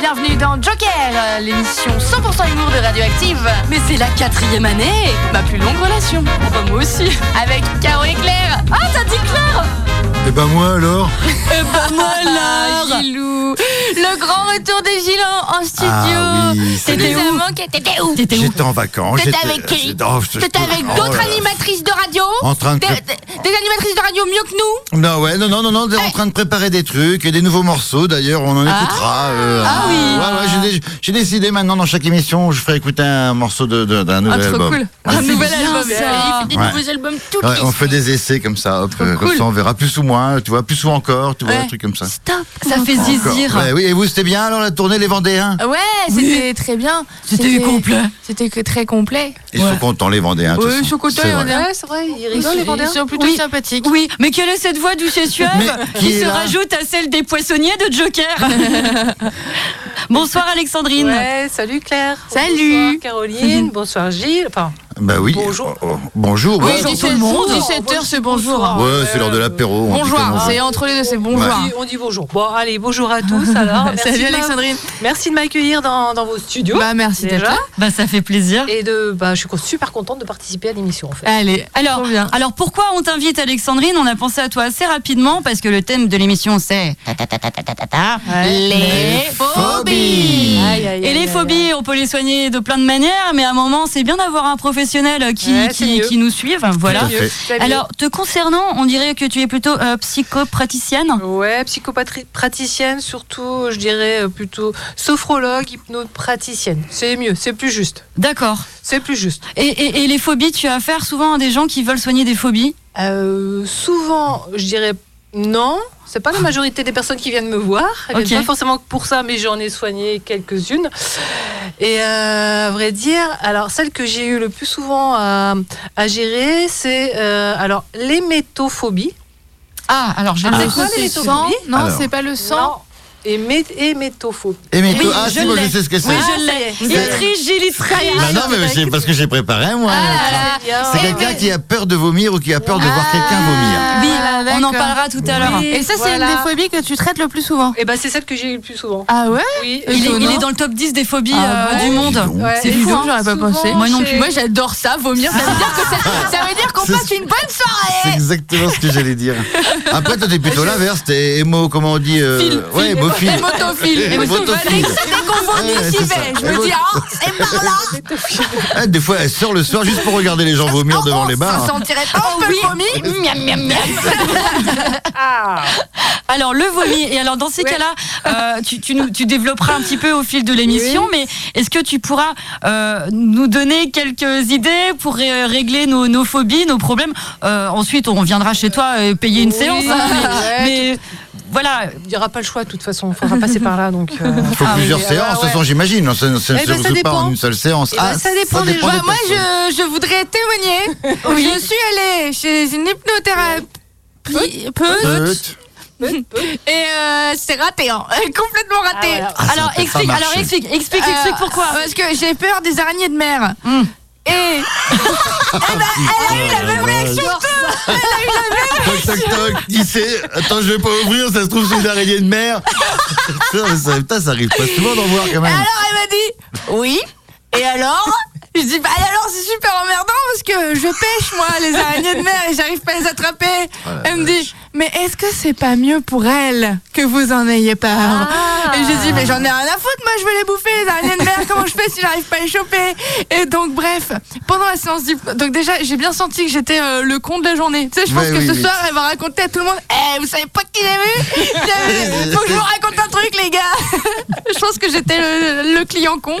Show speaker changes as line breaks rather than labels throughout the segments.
Bienvenue dans Joker, euh, l'émission 100% humour de Radioactive.
Mais c'est la quatrième année Ma plus longue relation.
Ah
Enfin, moi aussi.
bah, Avec Caro et Claire. Ah, t'as dit Claire Eh
Et ben moi alors
Et ben
Ah, Gilou. Le grand retour de Gilou en studio.
Ah oui,
C'est
salut.
des amants qui T'étais où
T'étais où
J'étais en vacances.
T'étais
j'étais-
avec qui
j'étais- oh, je-
T'étais avec
oh
d'autres
là là.
animatrices de radio
En train de
Des
pré-
des- des animatrices de radio mieux que nous
Non, ouais, non, non, non, non, en train de préparer des trucs et des nouveaux morceaux d'ailleurs, on en écoutera. euh,
Ah oui.
Ouais, ouais, j'ai, dé- j'ai décidé maintenant dans chaque émission, je ferai écouter un morceau de, de- d'un
Ah,
Ah,
nouvel album. Ah,
Ah,
Un
c'est
nouvel
bien,
album.
ça.
Il fait des
Ouais.
nouveaux albums toutes
Ouais,
les
on fait des essais comme ça, hop, euh, comme
cool.
ça on verra plus ou moins, tu vois, plus ou encore, tu vois, un truc comme ça.
Stop
Ça fait zizir.
Ouais, oui, et vous, c'était bien alors la tournée Les Vendéens
Ouais, c'était très bien.
C'était complet.
C'était que très complet.
Ils sont contents, les Vendéens. de toute façon. C'est
hein.
vrai.
Ouais, c'est vrai, ils rigolent les Vendéens.
Oui.
sympathiques.
Oui, mais quelle est cette voix douce et suave
Mais qui
qui
est
se
là
rajoute à celle des poissonniers de Joker Bonsoir Alexandrine.
Ouais, salut Claire.
Salut.
Bonsoir Caroline. Bonsoir Gilles. Enfin,
Bah oui.
Bonjour.
oh, oh, bonjour. ouais.
bonjour. tout le monde.
17h, c'est bonjour.
Bonsoir.
Ouais, c'est
euh,
l'heure de l'apéro. on dit
Bonjour,
comment-
c'est entre les deux, c'est bonjour.
on dit- on dit bonjour. Bon, allez, bonjour à tous alors. Merci
Salut
de m'a-
Alexandrine.
Merci de m'accueillir dans, dans vos studios.
Bah merci d'être
déjà.
là.
Bah ça fait plaisir.
Et de, bah, je suis co- super contente de participer à l'émission en fait.
Allez,
Alors,
Trop bien.
alors pourquoi on t'invite Alexandrine On a pensé à toi assez rapidement parce que le thème de l'émission c'est les phobies.
Aïe, aïe, aïe,
Et les
aïe,
phobies, on peut les soigner de plein de manières, mais à un moment c'est bien d'avoir un professionnel euh, qui,
Ouais, c'est
qui,
mieux.
qui nous suive. Voilà.
Tout à fait.
Fabien.
Alors, te concernant, on dirait que tu es plutôt euh, psychopraticienne.
Ouais, psychopraticienne, surtout, je dirais euh, plutôt sophrologue, hypnopraticienne. C'est mieux, c'est plus juste.
D'accord.
C'est plus juste.
Et, et- et les phobies, tu as affaire souvent à des gens qui veulent soigner des phobies.
Euh, souvent, je dirais non. C'est pas la majorité des personnes qui viennent me voir. Elles viennent
Ok.
Pas forcément que pour ça, mais j'en ai soigné quelques-unes. Et euh, à vrai dire, alors celle que j'ai eu le plus souvent à, à gérer, c'est euh, alors les métophobies.
Ah, alors je
Ah.
sais
C'est quoi, les métophobies
Non,
Alors.
c'est pas le sang.
Non. Et, mé et métophobie.
Et mais
Oui,
toi- ah,
je
si, moi je
l'ai.
sais ce que c'est.
Oui,
Ah,
je
ça y
l'ai.
est.
Il
C'est-
triche, Gilles, il triche.
Bah non, mais c'est parce que j'ai préparé, moi.
Ah,
c'est quelqu'un qui a peur de vomir ou qui a peur de voir quelqu'un vomir.
Oui,
Ah,
on en
d'accord. Eh
parlera tout à l'heure.
Oui.
Et ça, c'est
Voilà.
une des phobies que tu traites le plus souvent.
Et ben c'est celle que j'ai eu le plus souvent.
Ah ouais
Oui.
Il est, il
Étonnant.
est dans le top 10 des phobies
Ah
euh,
ouais
du
Dis
monde.
donc.
Ouais,
C'est
et
fou,
souvent-
hein,
j'aurais pas
souvent
pensé.
Moi non plus.
chez-
Moi, j'adore ça, vomir. Ça veut dire que ça, ça veut dire qu'on
C'est-
passe une bonne soirée.
C'est exactement ce que j'allais dire. Après, toi, t'es plutôt l'inverse. T'es émo, comment on dit euh,
Phil,
Ouais, hémophile.
Hémotophile.
Hémotophile.
Dès qu'on vomit,
Ouais,
j'y
c'est
vais.
ça.
Je me dis, ah, c'est par là.
Ah, des fois, elle sort le soir juste pour regarder les gens vomir devant les
Ben.
Ça
bars. hein.
sentirait
Ah
pas un peu le vomi. Miam, miam, miam.
Ah.
Alors le vomi. Et alors dans ces
Ouais.
cas-là, euh, tu, tu nous- tu développeras un petit peu au fil de l'émission. Mais est-ce que tu pourras euh, nous donner quelques idées pour ré- régler nos, nos phobies, nos problèmes Euh, Ensuite, on viendra chez toi euh, payer une
Oui.
séance. hein, mais,
Ouais.
mais voilà.
Il n'y aura pas le choix de toute façon. Il faudra passer par là donc. euh,
Il faut
Ah,
plusieurs
oui, ah,
séances, de
ouais,
toute façon, j'imagine. Non, Ça ne se
Eh ben, ça
résout pas en
dépend.
une seule séance. Ah,
Eh ben, ça dépend des gens.
Bah, moi, je, je voudrais témoigner. Je suis allée chez une
ah,
Euh,
hypnothérapeute
Peut-
et euh, c'est raté, hein. complètement raté.
voilà.
Ah, ça
alors
peut pas
explique. Alors
marcher.
explique. Explique.
Euh,
Explique pourquoi.
Parce que j'ai peur des araignées de mer.
Hmm.
Et
bah, Ah, eh la même réaction Toc, toc, toc, qui sait Attends, je vais pas ouvrir, ça se trouve, c'est une araignée de mer. Putain, ça, putain, ça arrive pas souvent d'en voir quand même.
alors elle m'a dit oui. Et alors Je dis bah alors c'est super emmerdant parce que je pêche moi les araignées de mer et j'arrive pas à les attraper.
Oh
elle me dit mais est-ce que c'est pas mieux pour elle que vous en ayez peur Et j'ai dit mais j'en ai rien à foutre moi je vais les bouffer les araignées de mer comment je fais si j'arrive pas à les choper Et donc bref pendant la séance d'hypno- donc déjà j'ai bien senti que j'étais euh, le con de la journée. Tu sais je pense
Ouais,
que
oui,
ce
oui.
soir elle va raconter à tout le monde eh vous savez pas qui j'ai vu J'ai vu- Faut que je vous raconte un truc les gars je pense que j'étais le, le client con.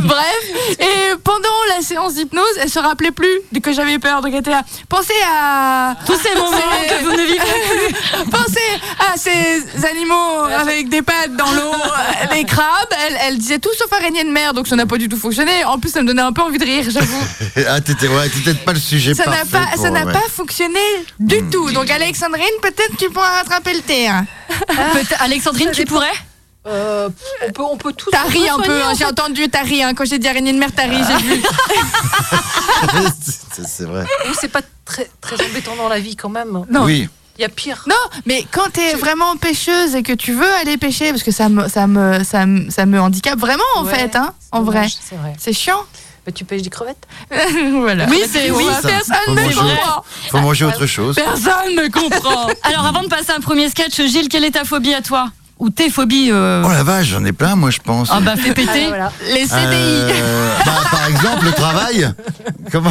Bref. Et pendant la séance d'hypnose, elle se rappelait plus de que j'avais peur. Donc elle était là. Pensez à.
Tous ces moments
c'est-
que vous ne vivez plus.
Pensez à ces animaux avec des pattes dans l'eau, euh, les crabes. Elle, elle disait tout sauf araignée de mer. Donc ça n'a pas du tout fonctionné. En plus, ça me donnait un peu envie de rire, j'avoue.
Ah, t'étais ouais, t'étais peut-être pas le sujet
Ça n'a
parfait
pas,
pour- Hmm.
ça n'a
ouais.
pas fonctionné du tout. Donc Alexandrine, peut-être tu pourras rattraper le terrain.
Ah.
Peut-être, Alexandrine, tu pourrais
euh, on peut on peut tous.
T'as
on peut
ri un peu.
soigner,
hein,
en
J'ai
fait.
entendu, t'as ri. hein, Quand j'ai dit araignée de mer, t'as ri. J'ai vu.
C'est- c'est vrai.
Ah. Ou c'est pas très, très embêtant dans la vie quand même.
Non.
Oui.
Il y a pire.
Non, mais quand t'es vraiment pêcheuse et que tu veux aller pêcher, parce que ça me, ça me, ça me, ça me handicape vraiment en
Ouais,
fait, hein,
c'est
en vrai.
dommage, C'est vrai.
C'est chiant.
Mais tu pêches des crevettes
voilà.
Oui, c'est oui,
ça. Faut
personne ne
manger.
comprend.
Faut manger autre chose.
Personne ne comprend.
Alors avant de passer à un premier sketch, Gilles, quelle est ta phobie à toi Ou tes phobies euh,
Oh la vache, j'en ai plein, moi, je pense.
Ah bah fais
Ah,
péter.
voilà.
Les CDI.
Euh, bah, par exemple, le travail. Comment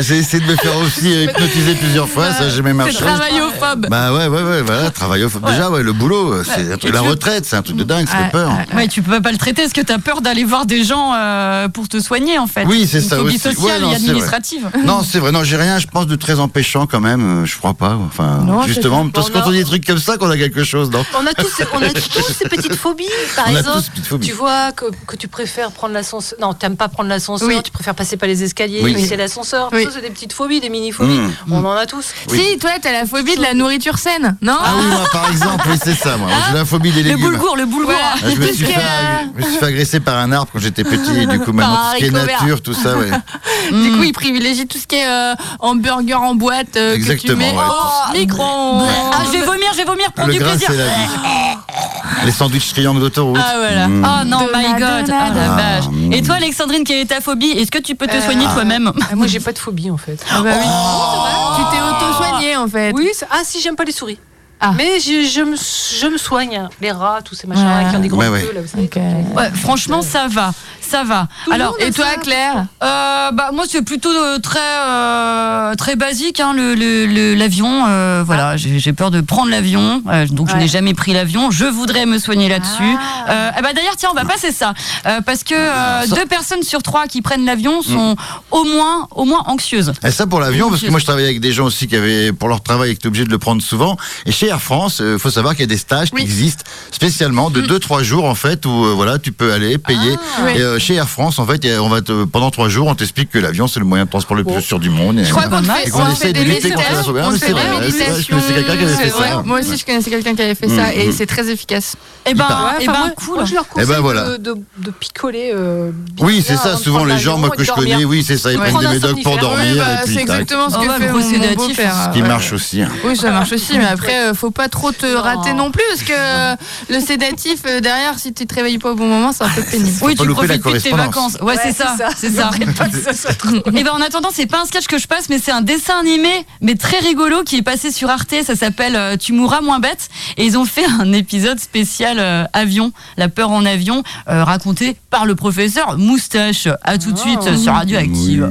J'ai essayé de me faire aussi hypnotiser plusieurs fois, ça j'ai même
C'est
marché.
travaillophobe.
Bah ouais, ouais, ouais, voilà, travail au- Déjà, ouais, le boulot, c'est un truc- la retraite, c'est un truc de dingue, ça fait
Ouais,
peur.
ouais.
Ouais, tu peux pas le traiter parce que t'as peur d'aller voir des gens euh, pour te soigner en fait.
Oui, c'est
Une
ça
phobie
aussi. Ouais,
sociale
non,
et
c'est vrai.
administrative.
Non, c'est vrai, non, j'ai rien, je pense, de très empêchant quand même, euh, je crois pas. Enfin,
Non, c'est
justement, parce que
Bon,
quand on dit
non.
des trucs comme ça, qu'on a quelque chose, non
On a tous, on a tous ces petites phobies, par
On a
exemple.
tous une petite phobie.
Tu vois que, que tu préfères prendre l'ascenseur. Non, t'aimes pas prendre l'ascenseur.
Oui.
Tu préfères passer par les escaliers,
Oui.
mais c'est l'ascenseur.
Oui.
Ça, c'est des petites phobies, des mini-phobies.
Mmh.
On en a tous.
Si, toi, t'as la phobie de la nourriture saine, non
Ah oui, moi, par exemple, oui, c'est ça, moi. J'ai la phobie des
Le
légumes.
boulgour, le boulgour.
Voilà.
Ah, je, me
Tout ce
suis
qui
fait,
est, euh,
je me suis fait agresser par un arbre quand j'étais petit, et du coup, maintenant, tout
Par
ce qui est
haricot vert.
nature, tout ça, ouais.
Du coup, il privilégie tout ce qui est euh, hamburger en boîte euh, que tu
Exactement,
mets Oh,
ouais.
au micro-ondes.
Ah, je vais vomir, je vais vomir, prends
Le
du
gras,
plaisir.
c'est la vie. Les sandwichs triangles d'autoroute.
Ah voilà.
Mmh.
Oh non,
Donna,
my god. Ah, la
Donna.
vache.
Mm.
Et toi, Alexandrine, quelle est ta phobie Est-ce que tu peux te
Euh,
soigner toi-même
Ah, moi, j'ai pas de phobie en fait.
Ah bah oui. Tu t'es auto-soigné en fait.
Oui, c'est- ah si, j'aime pas les souris.
Ah.
Mais je, je, me, je me soigne. hein. Les rats, tous ces machins
Ouais.
là, qui ont des grandes
Ouais, ouais.
queues là, vous savez.
Ok.
Ouais, franchement, ça va, ça va. Alors,
et toi, Claire
euh, bah moi, c'est plutôt euh, très euh, très basique. Hein, le- le- le- l'avion, euh, voilà, j'ai j'ai peur de prendre l'avion, euh, donc je
Ouais.
n'ai jamais pris l'avion. Je voudrais me soigner là-dessus.
Ah.
Euh, eh ben, d'ailleurs, tiens, on va passer ça euh, parce que euh,
Ça-
deux personnes sur trois qui prennent l'avion sont au moins au moins anxieuses.
Et ça pour l'avion, parce que moi je travaillais avec des gens aussi qui avaient, pour leur travail, qui étaient obligés de le prendre souvent. Et chez Air France, il faut savoir qu'il y a des stages qui existent spécialement de 2-3 jours en fait, où euh, voilà, tu peux aller payer.
Hmm. Ah, Ouais.
Et euh, chez Air France, en fait, et on va te- pendant 3 jours, on t'explique que l'avion c'est le moyen de transport le plus sûr du monde. Et,
Oh. Je crois
voilà.
qu'on te fait,
Et qu'on
on te
essaye
fait
de
des
lutter contre la
méditations.
sauvegarde.
on
Oui,
te
c'est
fait des
vrai, ouais, c'est vrai, je
méditations.
connaissais quelqu'un qui avait
C'est
fait
vrai.
ça. Mm,
Moi aussi, je connaissais quelqu'un qui avait fait ça et c'est très efficace.
Et ben,
Hyper.
eh
Ouais,
ben,
enfin, moi,
cool.
moi, je leur
Eh ben,
conseille
voilà.
de, de- de picoler. euh, bien
Oui, c'est ça.
avant de
Souvent
prendre
les gens,
l'avion
moi que
et de
je
dormir.
connais, oui, c'est ça. Ils
Ouais.
prennent des
Prendre un
médocs pour
somnifère.
dormir
Oui, bah,
et puis
c'est
tac.
exactement ce
Oh,
que
ouais,
fait
gros
mon
sédatif,
beau-père.
c'est
Ce qui
Ah, Ouais.
marche aussi. hein.
Oui, ça marche aussi, mais après, euh, faut pas trop te rater non plus, parce que euh, le sédatif euh, derrière, si tu te réveilles pas au bon moment, c'est un peu pénible.
Faut
Oui, tu
pas louper la
profites plus de tes
correspondance.
vacances. Ouais, c'est ça, c'est ça. Et ben en attendant, c'est pas un sketch que je passe, mais c'est un dessin animé, mais très rigolo, qui est passé sur Arte. Ça s'appelle euh, Tu mourras moins bête. Et ils ont fait un épisode spécial euh, avion, la peur en avion, euh, raconté par le professeur Moustache. À tout de suite euh,
Ah.
sur Radioactive.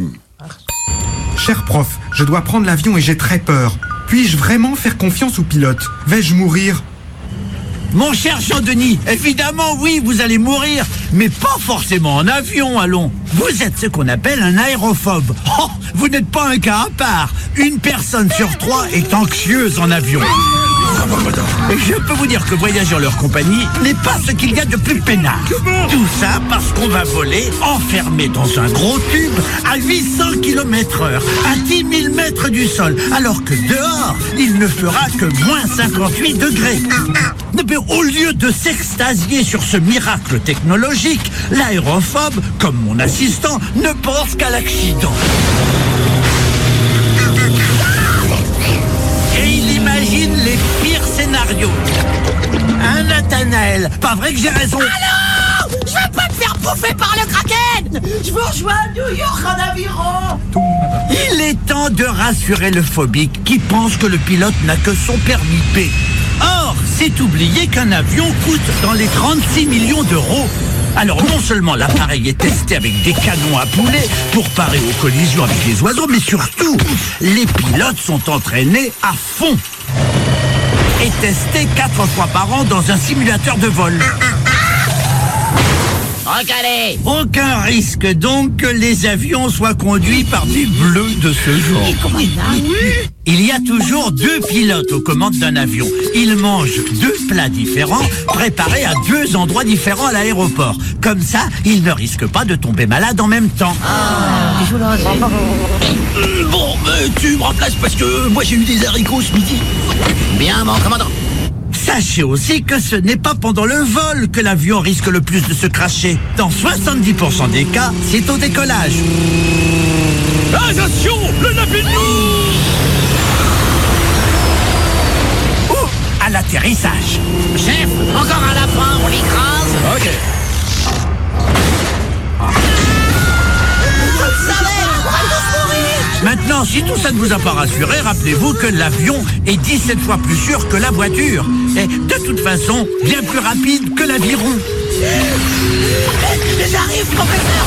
Cher prof, je dois prendre l'avion et j'ai très peur. Puis-je vraiment faire confiance au pilote Vais-je mourir
Mon cher Jean-Denis, évidemment, oui, vous allez mourir, mais pas forcément en avion, allons. Vous êtes ce qu'on appelle un aérophobe. Oh, vous n'êtes pas un cas à part. Une personne sur trois est anxieuse en avion. Et je peux vous dire que voyager en leur compagnie n'est pas ce qu'il y a de plus peinard. Tout ça parce qu'on va voler enfermé dans un gros tube à 800 km heure, à 10 000 mètres du sol, alors que dehors, il ne fera que moins 58 degrés. Mais au lieu de s'extasier sur ce miracle technologique, l'aérophobe, comme mon assistant, ne pense qu'à l'accident. Et il imagine les pires scénarios. Hein, Nathanaël Pas vrai que j'ai raison
Je vais pas me faire bouffer par le kraken Je vous rejoins à New York en aviron
Il est temps de rassurer le phobique qui pense que le pilote n'a que son permis B. Or, c'est oublier qu'un avion coûte dans les 36 millions d'euros. Alors non seulement l'appareil est testé avec des canons à poulet pour parer aux collisions avec les oiseaux, mais surtout, les pilotes sont entraînés à fond et testés quatre fois par an dans un simulateur de vol.
Recalé
Aucun risque donc que les avions soient conduits par des bleus de ce genre.
Ah,
Il y a toujours deux pilotes aux commandes d'un avion. Ils mangent deux plats différents, préparés à deux endroits différents à l'aéroport. Comme ça, ils ne risquent pas de tomber malade en même temps. Hum, bon, euh, tu me remplaces parce que moi j'ai eu des haricots ce midi.
Bien, mon commandant
Sachez aussi que ce n'est pas pendant le vol que l'avion risque le plus de se cracher. Dans 70% des cas, c'est au décollage. Attention, le d'atterrissage.
Chef, encore un lapin, on l'écrase Ah,
Ok.
Vous le savez, on va tous mourir
Maintenant, si tout ça ne vous a pas rassuré, rappelez-vous que l'avion est 17 fois plus sûr que la voiture. Et de toute façon, bien plus rapide que l'aviron.
J'arrive, professeur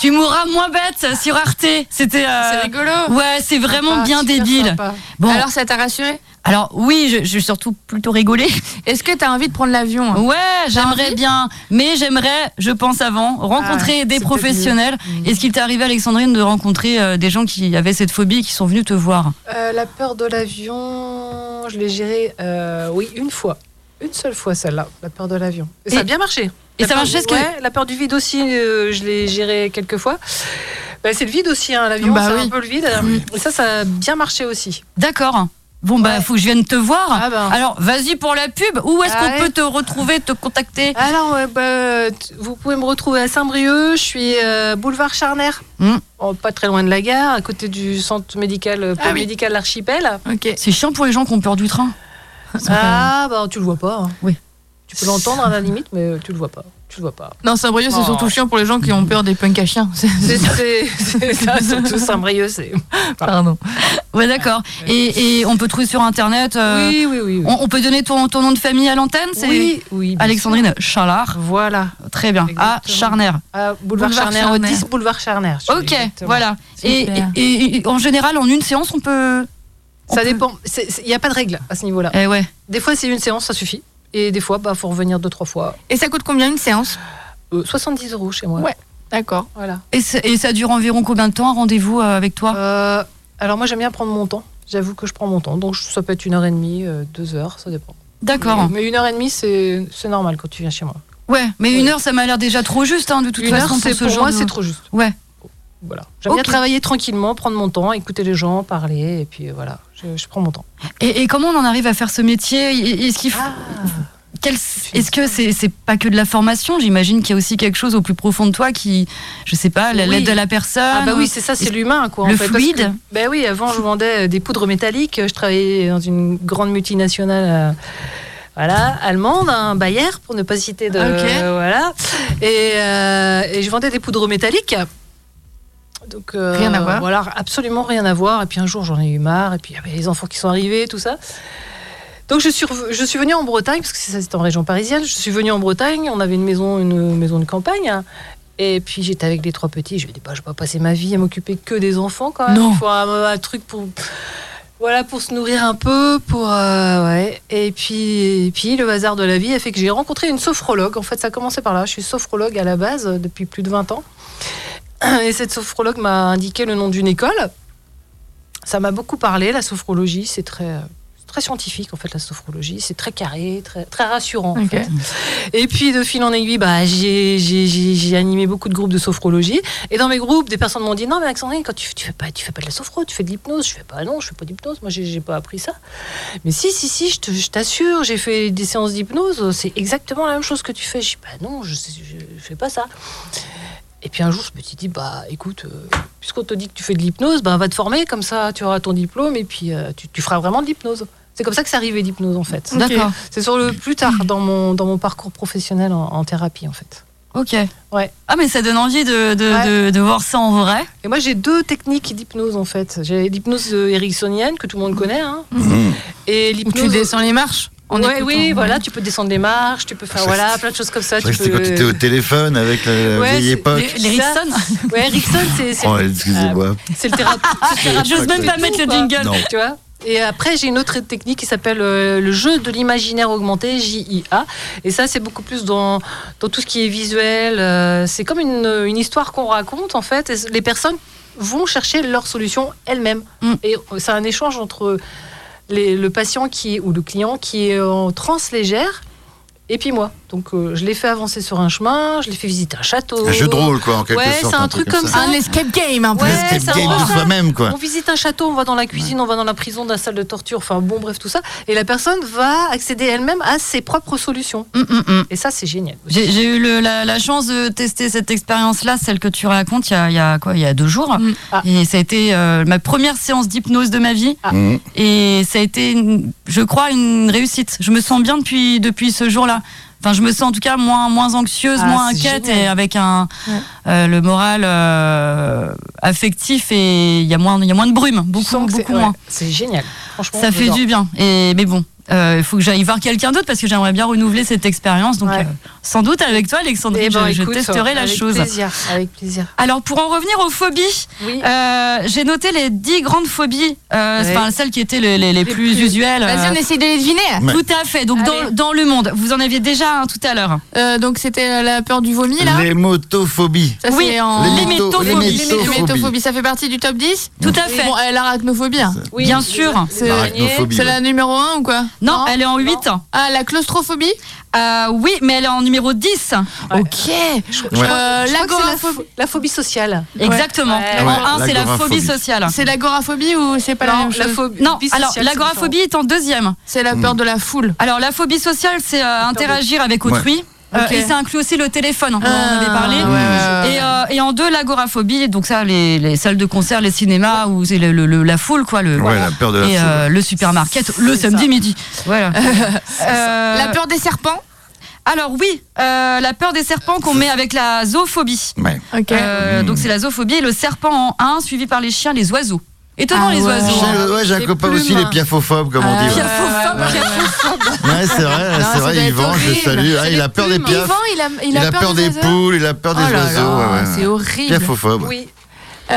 Tu mourras moins bête sur Arte. C'était. euh,
C'est rigolo.
Ouais, c'est vraiment
Sympa,
bien
super
débile.
sympa.
Bon.
Alors, ça t'a rassuré
Alors oui, je, je suis surtout plutôt rigolé.
Est-ce que t'as envie de prendre l'avion hein
Ouais, j'aimerais bien, mais j'aimerais, je pense avant, rencontrer
Ah,
des
c'est
professionnels.
Mmh.
Est-ce qu'il t'est arrivé, Alexandrine, de rencontrer euh, des gens qui avaient cette phobie et qui sont venus te voir
Euh, la peur de l'avion, je l'ai gérée, euh, oui, une fois. Une seule fois, celle-là, Ah, la peur de l'avion. Et, ça
Et-
a bien marché.
et
La
ça
peur
marchait,
du-
parce que-
ouais, La peur du vide aussi, euh, je l'ai gérée quelques fois. Bah, c'est le vide aussi, hein, l'avion,
Bah
c'est
oui.
un peu le vide. Et ça,
Euh,
ça a bien marché aussi.
D'accord. Bon bah
Ouais.
faut que je vienne te voir.
Ah bah.
ben.
Alors vas-y pour la pub. Où est-ce
Ah
qu'on
ouais.
peut te retrouver, te contacter
Alors, ouais, bah, t- vous pouvez me retrouver à Saint-Brieuc, je suis euh, boulevard Charner,
Hmm.
Oh, pas très loin de la gare, à côté du centre médical, euh,
Ah oui.
médical l'archipel.
Ok.
C'est chiant pour les gens qui ont peur du train.
Ah, bah tu le vois pas. hein.
Oui.
Tu peux l'entendre à la limite, mais euh, tu le vois pas. Tu le vois pas.
Non, Saint-Brieuc, c'est
Oh.
surtout chiant pour les gens qui ont peur des punks à chiens. C'est-
C'est- C'est c'est ça, surtout Saint-Brieuc, c'est.
Pardon.
Ouais d'accord. Et, et on peut trouver sur internet. euh,
Ah, Oui, oui, oui.
on, on peut donner ton, ton nom de famille à l'antenne. C'est
oui, oui. bien
Alexandrine Chalard.
sûr. Voilà.
Très bien. À
Exactement.
Charner.
À Euh, boulevard,
Boulevard
Charner,
Charner.
10 boulevard Charner. je suis
Ok,
exactement.
voilà. Et,
Super.
et- et en général, en une séance, on peut. on
Ça
peut-
dépend. c'est- c'est- Il n'y a pas de règle à ce niveau-là.
Eh ouais.
Des fois, c'est une séance, ça suffit. Et des fois, bah, faut revenir deux, trois fois.
Et ça coûte combien une séance
Euh, 70 euros chez moi.
Ouais. D'accord.
Voilà.
Et, c'est- et ça dure environ combien de temps un rendez-vous euh, avec toi
Euh, alors, moi, j'aime bien prendre mon temps. J'avoue que je prends mon temps. Donc, je- ça peut être une heure et demie, euh, deux heures, ça dépend.
D'accord.
Mais, mais une heure et demie, c'est c'est normal quand tu viens chez moi.
Ouais, mais
Oui.
une heure, ça m'a l'air déjà trop juste, hein, de toute
Une
façon.
heure, c'est
ce
pour
genre
moi,
de-
c'est trop juste.
Ouais.
Voilà. J'aime
Ok.
bien travailler tranquillement, prendre mon temps, écouter les gens, parler, et puis euh, voilà, je, je prends mon temps. Ah.
Et, et comment on en arrive à faire ce métier Et- Est-ce qu'il faut- quel- Est-ce que c'est c'est pas que de la formation J'imagine qu'il y a aussi quelque chose au plus profond de toi qui, je sais pas, la-
Oui.
l'aide de la personne.
Ah, bah oui, c'est ça, c'est l'humain, quoi.
Le
en fait, parce
fluide.
que- bah oui, avant, je vendais euh, des poudres métalliques. Je travaillais dans une grande multinationale. euh, Voilà, allemande, un Bayer, pour ne pas citer
Ah,
de.
Ok.
voilà. Et, euh, et je vendais des poudres métalliques. Donc, euh,
Rien à voir.
Voilà, absolument rien à voir. Et puis un jour, j'en ai eu marre. Et puis, il y avait les enfants qui sont arrivés, tout ça. Donc, je suis, rev- je suis venue en Bretagne, parce que ça, c'est en région parisienne. Je suis venue en Bretagne. On avait une maison, une maison de campagne. Et puis, j'étais avec les trois petits. Je me dis, bah, je vais pas passer ma vie à m'occuper que des enfants, quand même.
Non.
Il faut un, un truc pour. Voilà, pour se nourrir un peu, pour. euh, ouais. Et puis, et puis, le hasard de la vie a fait que j'ai rencontré une sophrologue. En fait, ça a commencé par là. Je suis sophrologue à la base euh, depuis plus de 20 ans. Et cette sophrologue m'a indiqué le nom d'une école. Ça m'a beaucoup parlé, la sophrologie. C'est très, euh, très scientifique, en fait, la sophrologie. C'est très carré, très, très rassurant. en
Ok.
fait. Et puis, de fil en aiguille, bah, j'ai j'ai- j'ai- j'ai animé beaucoup de groupes de sophrologie. Et dans mes groupes, des personnes m'ont dit Non, mais Alexandrine, quand tu, tu, fais pas, tu fais pas de la sophro, tu fais de l'hypnose. Je fais pas, non, je fais pas d'hypnose. Moi, j'ai j'ai pas appris ça. Mais si, si, si, je te- je t'assure, j'ai fait des séances d'hypnose. C'est exactement la même chose que tu fais. Je dis Bah, non, je, sais- je, je fais pas ça. Et puis un jour, je me suis dit, bah écoute, euh, puisqu'on te dit que tu fais de l'hypnose, bah, va te former, comme ça tu auras ton diplôme et puis euh, tu, tu feras vraiment de l'hypnose. C'est comme ça que c'est arrivé l'hypnose en fait.
D'accord.
C'est sur le plus tard dans mon, dans mon parcours professionnel en, en thérapie en fait.
Ok.
Ouais.
Ah, mais ça donne envie de, de,
Ouais.
de- de voir ça en vrai.
Et moi j'ai deux techniques d'hypnose en fait. J'ai l'hypnose euh, ericksonienne que tout le monde connaît. Hein,
Hmm.
et
Ou
l'hypnose...
Mm. tu descends les marches en
Ouais,
écoutant.
oui, voilà, tu peux descendre des marches, tu peux faire
Ça,
voilà,
c'est-
plein de choses comme ça.
C'est vrai
Tu
que c'était quand
peux...
t'étais au téléphone avec la
Ouais,
vieille
c'est-
époque.
les-
Les
Ça-
Rickson.
Ouais, Erickson, c'est c'est-
Oh, excusez-moi.
c'est le thérapeute.
J'ose même pas
tout,
mettre le
quoi.
jingle.
Non.
tu vois et après, j'ai une autre technique qui s'appelle euh, le jeu de l'imaginaire augmenté, JIA. Et ça, c'est beaucoup plus dans, dans tout ce qui est visuel. euh, c'est comme une, une histoire qu'on raconte, en fait. Et c- les personnes vont chercher leur solution elles-mêmes.
Mm.
Et euh, c'est un échange entre les- le patient qui est, ou le client qui est en transe légère euh, et puis moi. Donc euh, je l'ai fait avancer sur un chemin, je l'ai fait visiter un château.
Un jeu de rôle, quoi, en quelque
ouais,
sorte,
c'est un, truc comme ça.
Un escape game, un peu.
Ouais,
Escape
c'est un
game
peu
de
ça.
soi-même, quoi.
On visite un château, on va dans la cuisine, on va dans la prison, dans la salle de torture, enfin bon, bref, tout ça. Et la personne va accéder elle-même à ses propres solutions.
Mm,
Hum, hum, hum.
Et ça, c'est génial.
J'ai j'ai eu le- la, la chance de tester cette expérience-là, celle que tu racontes, il y a, il y a quoi, il y a deux jours.
Mm.
Ah.
Et ça a été euh, ma première séance d'hypnose de ma vie.
Mmh.
Et ça a été, une- je crois, une réussite. Je me sens bien depuis, depuis ce jour-là. Enfin, je me sens en tout cas moins, moins anxieuse,
Ah,
moins
c'est
inquiète
génial.
et avec un,
Ouais.
euh, le moral euh, affectif et il y, a moins- il y a moins de brume,
Tu
beaucoup,
sens que c'est-
beaucoup
ouais,
moins.
C'est génial. Franchement,
Ça fait
j'adore.
du bien. Et, mais bon, euh, il faut que j'aille voir quelqu'un d'autre parce que j'aimerais bien renouveler cette expérience. Donc,
Ouais.
euh, sans doute avec toi, Alexandre,
Eh
je,
ben,
je
écoute,
testerai la
avec
chose.
plaisir, avec plaisir.
Alors, pour en revenir aux phobies,
Oui.
euh, j'ai noté les 10 grandes phobies, euh,
Ouais.
enfin, celles qui étaient les, les- les plus,
plus-
usuelles.
Vas-y, on
euh,
essaye de les deviner.
Ouais.
Tout à fait. Donc, dans,
Allez.
dans le monde, vous en aviez déjà un tout à l'heure.
Euh, donc c'était la peur du vomi, là.
Les motophobies.
Ça,
Oui.
c'est en...
Les
mytho-
métophobies.
les
Les
métophobies.
métophobies, ça fait partie du top 10
Tout à fait.
Bon, euh, l'arachnophobie. hein.
Oui,
bien
les-
sûr.
les
C'est-
araignées.
Arachnophobie.
C'est la numéro 1 ou quoi
Non, elle est en 8.
Ah, la claustrophobie
Euh, oui, mais elle est en numéro 10.
Ouais.
Ok.
Je- je
Ouais.
crois-
Euh,
je crois que c'est la
l'agorapho-
phobie- la phobie sociale.
Exactement.
Ouais.
En
Ouais,
1, c'est la phobie
l'agoraphobie.
sociale.
C'est l'agoraphobie ou c'est pas la
Non,
même chose
la phobie.
Non,
phobie
alors
sociale, c'est
l'agoraphobie est en deuxième.
C'est la
Hmm.
peur de la foule.
Alors la phobie sociale, c'est euh, interagir avec autrui. Euh,
Ok.
et ça inclut aussi le téléphone, on en avait parlé.
Ah, ouais, ouais, ouais.
Et, euh, et en deux, l'agoraphobie, donc ça, les, les salles de concert, les cinémas, où c'est le- le- le- la foule, quoi, le,
Ouais,
voilà.
la peur de la
et
foule.
euh, le supermarket, le
C'est
samedi
ça.
midi. Voilà. Euh,
La peur des serpents
alors oui, euh, la peur des serpents qu'on met avec la zoophobie.
Ouais.
Ok.
Euh,
Mmh.
Donc c'est la zoophobie et le serpent en un, suivi par les chiens, les oiseaux. Étonnant
Ah
les
ouais.
oiseaux. hein.
J'ai- Ouais, j'ai un
Les
copain
plumes.
aussi, les piafophobes, comme on dit. ouais.
Piafophobes, piafophobes.
Ouais, c'est vrai,
Non, ça
c'est
doit
vrai,
être
Yvan, je
horrible.
le salue. Ah,
C'est
il
des
a peur des
plumes.
piafs.
Yvan, il a, il
Il a peur des
oiseaux.
poules, il a peur des
Oh là
oiseaux.
là,
ouais, ouais.
C'est horrible.
Piafophobe.
Oui.
Euh,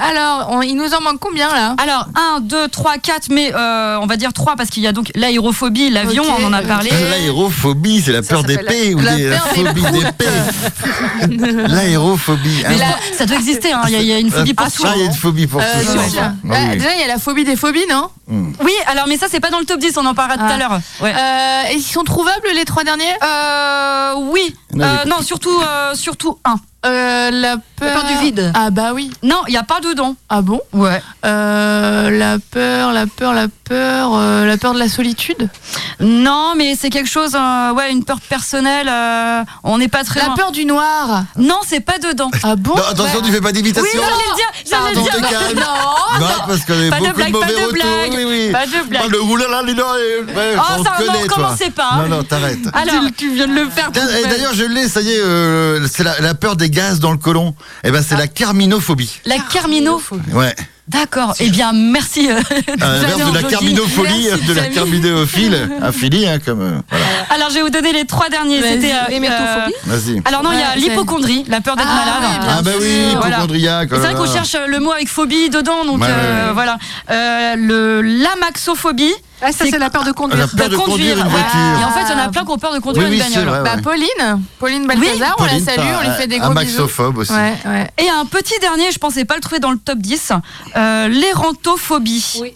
alors, on- il nous en manque combien là
Alors 1, 2, 3, 4, mais euh, on va dire 3 parce qu'il y a donc l'aérophobie, l'avion,
Ok,
on en
Euh,
a
ok.
parlé.
L'aérophobie, c'est la
Ça
peur des
s'appelle la-
pets ou
la
des- la
peur des
phobie des pets. L'aérophobie.
Mais
hein.
là, ça doit exister, hein, il y, a- il y a une phobie pour
Ah,
tout.
Il y a une phobie pour
Euh,
tout.
sur-
ouais.
Ah,
Ah oui. Hmm.
Déjà, il y a la phobie des phobies, non
Oui, alors mais ça c'est pas dans le top 10, on en parlera tout
Ah.
à l'heure. Ouais.
Euh, et Ils sont trouvables les trois derniers
Euh, oui,
Non,
Euh,
mais-
non surtout euh, surtout un.
Euh, la, peur...
peur du vide.
Ah bah oui.
Non, il y a pas dedans.
Ah bon
Ouais.
Euh, La peur, la peur, la peur, euh, la peur de la solitude.
Non, mais c'est quelque chose, euh, ouais, une peur personnelle. euh, on n'est pas très
La
loin.
peur du noir.
Non, c'est pas dedans.
Ah bon
Non, attention, tu fais pas
Oui,
d'imitation.
j'allais le dire. J'allais
Pardon,
le
te
dire.
calme.
Non,
Non, parce qu'on a
Pas de
beaucoup
blague,
de
pas
mauvais
de
retours.
blague.
Oui, oui.
pas de blague.
Parle de oulala, les dents, et- ouais,
Oh,
on
ça,
te
non,
connaît, toi.
commencez pas. hein.
Non, non, t'arrêtes.
Alors, tu viens de le faire.
Tiens, et D'ailleurs, je l'ai, ça y est, euh, c'est la, la peur des gaz dans le côlon. Eh ben, c'est la carminophobie.
La Carmino.
Ouais.
D'accord. Eh bien, merci. euh,
À l'inverse
Jeanne
de la
Jolie.
carminophobie,
Merci,
de la
Samy.
carminophile, infilie, hein, comme. euh, voilà.
Alors, je vais vous donner les trois derniers.
Vas-y.
C'était euh,
Les métophobies.
euh,
Vas-y.
Alors non, il y a
Ouais,
l'hypochondrie, la peur d'être
Ah,
malade.
ouais, bien
Ah, bah oui,
Voilà.
hypochondriaque.
C'est
oh là
vrai qu'on
là.
cherche euh, le mot avec phobie dedans, donc
Ouais, ouais,
euh,
ouais.
voilà. Euh, le l'amaxophobie.
Ah, ça,
C'est-
c'est la peur de conduire.
La peur de conduire une
voilà.
voiture.
Et en fait, il y en a plein qui ont peur de conduire
Oui,
une
oui, c'est
bagnole.
vrai.
Bah
ouais.
Pauline, Pauline Balthazar, on la
Pauline,
salue,
t'as
on lui fait des
un
gros bisous.
maxophobe aussi.
Ouais, ouais.
Et un petit dernier, je pensais pas le trouver dans le top 10, euh, l'érantophobie.
Oui.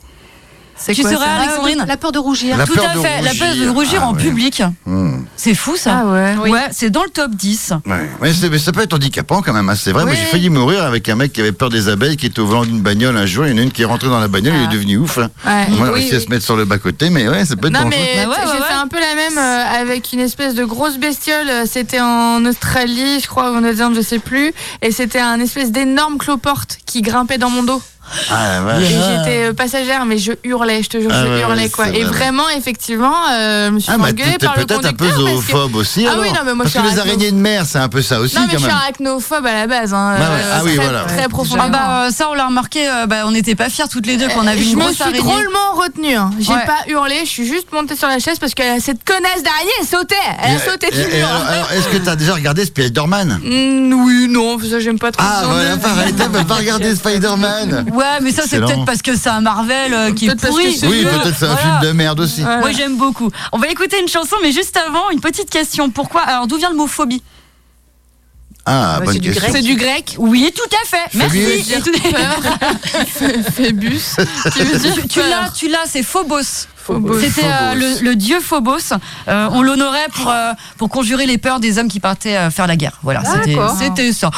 C'est
Tu
quoi,
serais
ça
Alexandrine
La peur de rougir.
La
Tout
peur
à
de
fait, la peur de
rougir.
rougir
Ah,
en
ouais.
public.
Hmm.
C'est fou ça.
Ah ouais.
Ouais, c'est dans le top 10.
Ouais. Mais, c'est- mais ça peut être handicapant quand même, hein, c'est vrai. Moi,
Oui.
j'ai failli mourir avec un mec qui avait peur des abeilles, qui était au volant d'une bagnole un jour. Il y en a une qui est rentrée dans la bagnole, il est devenu ouf. hein.
Ah. Ouais.
On a
Oui,
réussi à
oui.
se mettre sur le bas-côté, mais ouais, ça peut être
Non
dangereux.
mais
Bah ouais, ouais,
j'ai
ouais.
fait un peu la même euh, avec une espèce de grosse bestiole. euh, C'était en Australie, je crois, ou en Nouvelle-Zélande, je sais plus. Et c'était un espèce d'énorme cloporte qui grimpait dans mon dos.
Ah, la vache.
Et j'étais euh, passagère, mais je hurlais, je te jure,
Ah
je
ouais,
hurlais
ouais,
quoi.
c'est
Et
vrai.
vraiment, effectivement, euh, je me suis
Ah, bah,
engueulée
t'es
par le
peut-être un peu
conducteur. parce que-
zoophobe aussi.
Ah oui,
alors.
non, mais moi, je
Parce
suis
que les
arachno-
araignées de mer, c'est un peu ça aussi
Non, mais je
quand
suis
même.
arachnophobe à la base. Hein,
Ah ouais, ah oui,
très,
voilà.
Très profondément.
Ah bah euh, ça on l'a remarqué, euh, bah, on n'était pas fiers toutes les deux qu'on avait
je
une
me
grosse
suis
araignée.
drôlement retenue. hein. J'ai
Ouais.
pas hurlé, je suis juste montée sur la chaise parce que cette connasse d'araignée, elle sautait. Elle a sauté
Et-
du
et
mur.
alors, alors, est-ce que t'as déjà regardé Spider-Man
Mm, oui, non, ça j'aime pas trop.
Ah,
ce genre
voilà,
de-
par arrêtez, peut pas regarder Spider-Man.
Ouais, mais ça c'est
Excellent.
peut-être parce que c'est un Marvel euh, qui est
Peut-être parce
pourri.
que c'est
Oui,
mieux,
peut-être c'est un
Voilà.
film de merde aussi.
Ouais.
Moi j'aime beaucoup. On va écouter une chanson, mais juste avant, une petite question. Pourquoi Alors d'où vient le mot phobie
Ah,
Ouais,
bonne
c'est du
question.
C'est du grec.
Oui, tout à fait.
Phobie.
Merci. Et tout-
Phébus. qui veut dire
Tu l'as, tu l'as, c'est Phobos.
Phobos.
C'était euh, le, le dieu Phobos. Euh, on l'honorait pour, euh, pour conjurer les peurs des hommes qui partaient euh, faire la guerre. Voilà, c'était-
Ah, D'accord. Ah, bah.
c'était ça.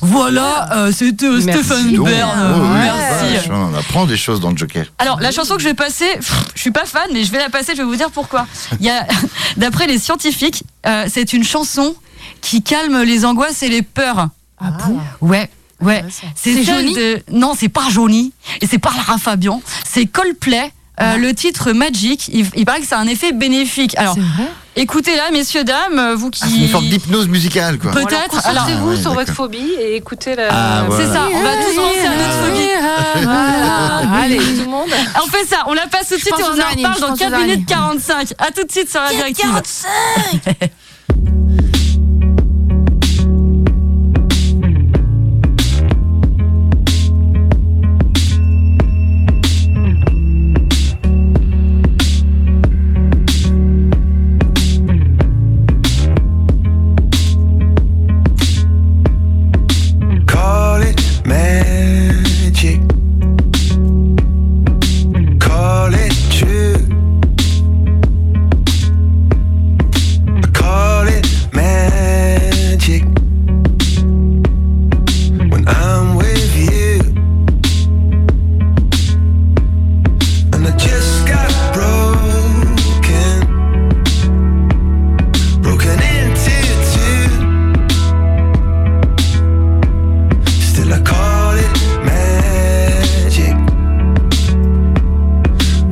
Voilà, euh, c'était euh,
Merci.
Stéphane
Oh,
Bern. euh,
oh, oui,
Merci.
vache, hein, On apprend des choses dans le Joker. Ah,
Alors, la chanson que je vais passer, pff, je suis pas fan, mais je vais la passer, je vais vous dire pourquoi. Il y a, d'après les scientifiques, euh, c'est une chanson qui calme les angoisses et les peurs. Ah bon Ouais. Ouais, c'est joli. Non, c'est pas Johnny et c'est pas Lara Fabian, c'est Coldplay.
Ah.
Euh, le titre Magic, il, il paraît que ça a un effet bénéfique. Alors, écoutez là, messieurs dames, euh, vous qui
Ah, c'est une forme d'hypnose musicale, quoi.
peut-être. Alors,
Concentrez-vous
Ah ouais,
sur votre
d'accord.
phobie et écoutez la.
Ah, ouais.
c'est ça. On va tous lancer un autre phobie.
Voilà.
Allez,
Allez.
tout le monde.
On fait ça, on la passe tout de suite
pense
et on
aux
en
araignées,
reparle
je
dans
pense aux
4 minutes 45. À tout de suite sur la directive.
Call it magic. Call it true. Call it magic. When I'm with you. And I just got broken. Broken into two. Still I call it magic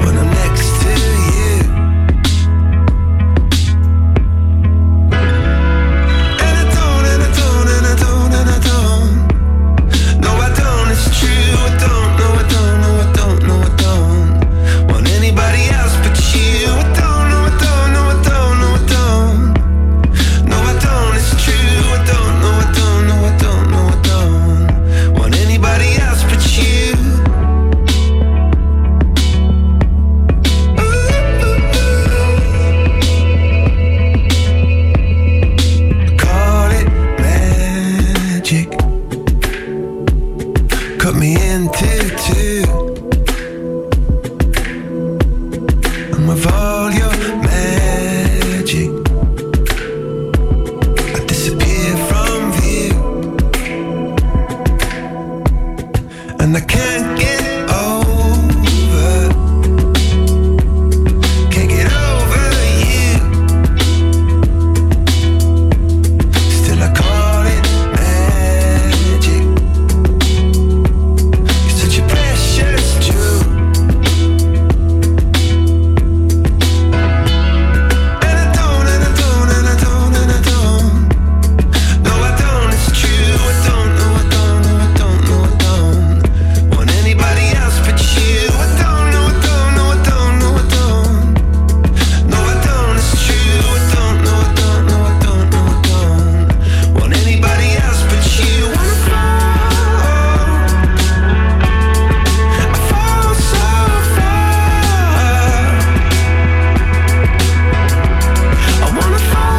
When I'm next to you And I don't, and I don't, and I don't, and I don't No I don't, it's true, I don't, no I don't, no I don't, no I don't Want anybody else but you I don't, no I don't, no I don't, no I don't no, I don't, it's true. I don't, no, I don't, no, I don't, no, I don't want anybody else but you. Call it magic. Cut me into two. I'm of all your magic. I disappear from view, and I can't get over, can't get over you. Still I call it magic. You're such a precious jewel. And I don't, and I don't, and I don't, and I don't. No, I don't, it's true. I don't, no, I don't, no, I don't, no, I don't want anybody else but you. I don't, no, I don't, no, I don't, no, I don't. No, I don't, it's true. I don't, no, I don't, no, I don't, no, I don't want anybody else but you. Wanna fall? I fall so far. I wanna fall.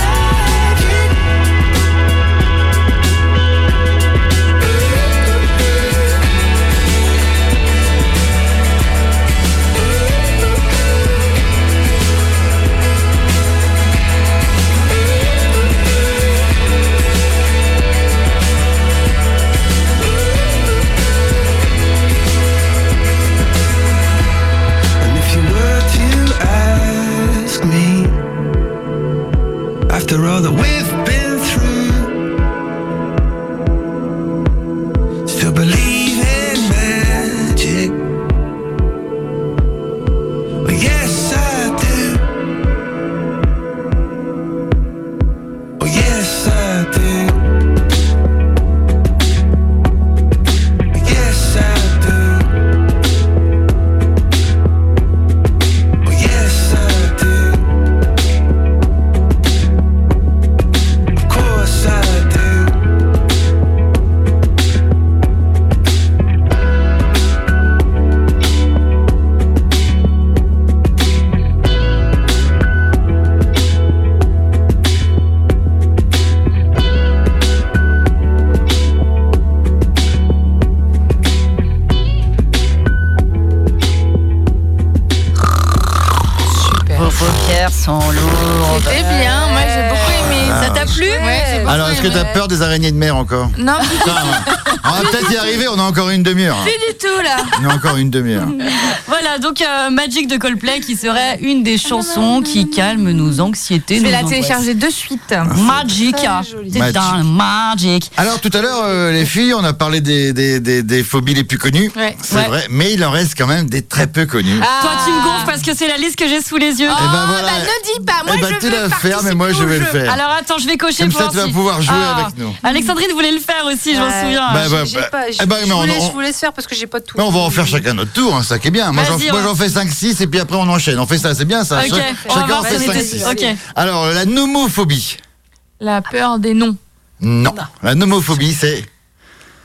Magic. And if you were to ask me, after all that we've been through, still believe in magic. Well, yes, I do. Well, yes, I do. Well, yes, I do. Oh yes I do
sont lourdes.
C'était Eh bien, moi j'ai beaucoup aimé.
Ah,
Ça t'a plu
Alors, est-ce que t'as peur des araignées de mer encore
Non,
Putain, On va peut-être y arriver, on a encore une demi-heure. hein.
plus du tout là.
On a encore une demi-heure.
Voilà, donc euh, Magic de Coldplay qui serait une des chansons qui calme nos anxiétés.
Je vais
nos
la
angoisses.
télécharger de suite.
Magic,
joli.
c'est dans le Magic.
Alors tout à l'heure, euh, les filles, on a parlé des, des, des, des phobies les plus connues.
Ouais. Ah,
C'est
Ouais.
vrai, mais il en reste quand même des très peu connues.
Toi, tu me gonfles parce que c'est la liste que j'ai sous les yeux.
Oh,
ben voilà.
bah, ne dis pas, moi
eh ben,
je
tu
veux
l'as faire, mais moi je
participer
vais
au
le
jeu.
faire.
Alors attends, je vais cocher
Comme
pour
ça,
voir
tu vas
si- Ah.
pouvoir jouer avec nous.
Alexandrine voulait le faire aussi, je m'en
Ouais.
souviens.
Bah, bah,
J'ai- j'ai
bah,
pas-
eh
j'ai-
ben,
je
mais on-
vous laisse-
on-
je vous laisse faire parce que j'ai pas tout.
Mais on va en faire chacun notre tour, hein, ça qui est bien. Moi j'en
Vas-y,
moi,
on-
j'en fais 5-6 et puis après on enchaîne. On fait ça, c'est bien ça.
Ok,
Cha-
on va
chacun
voir
en fait
si on est
5-6.
dessus. Ok.
Alors la nomophobie.
La peur des noms.
Non. La nomophobie, c'est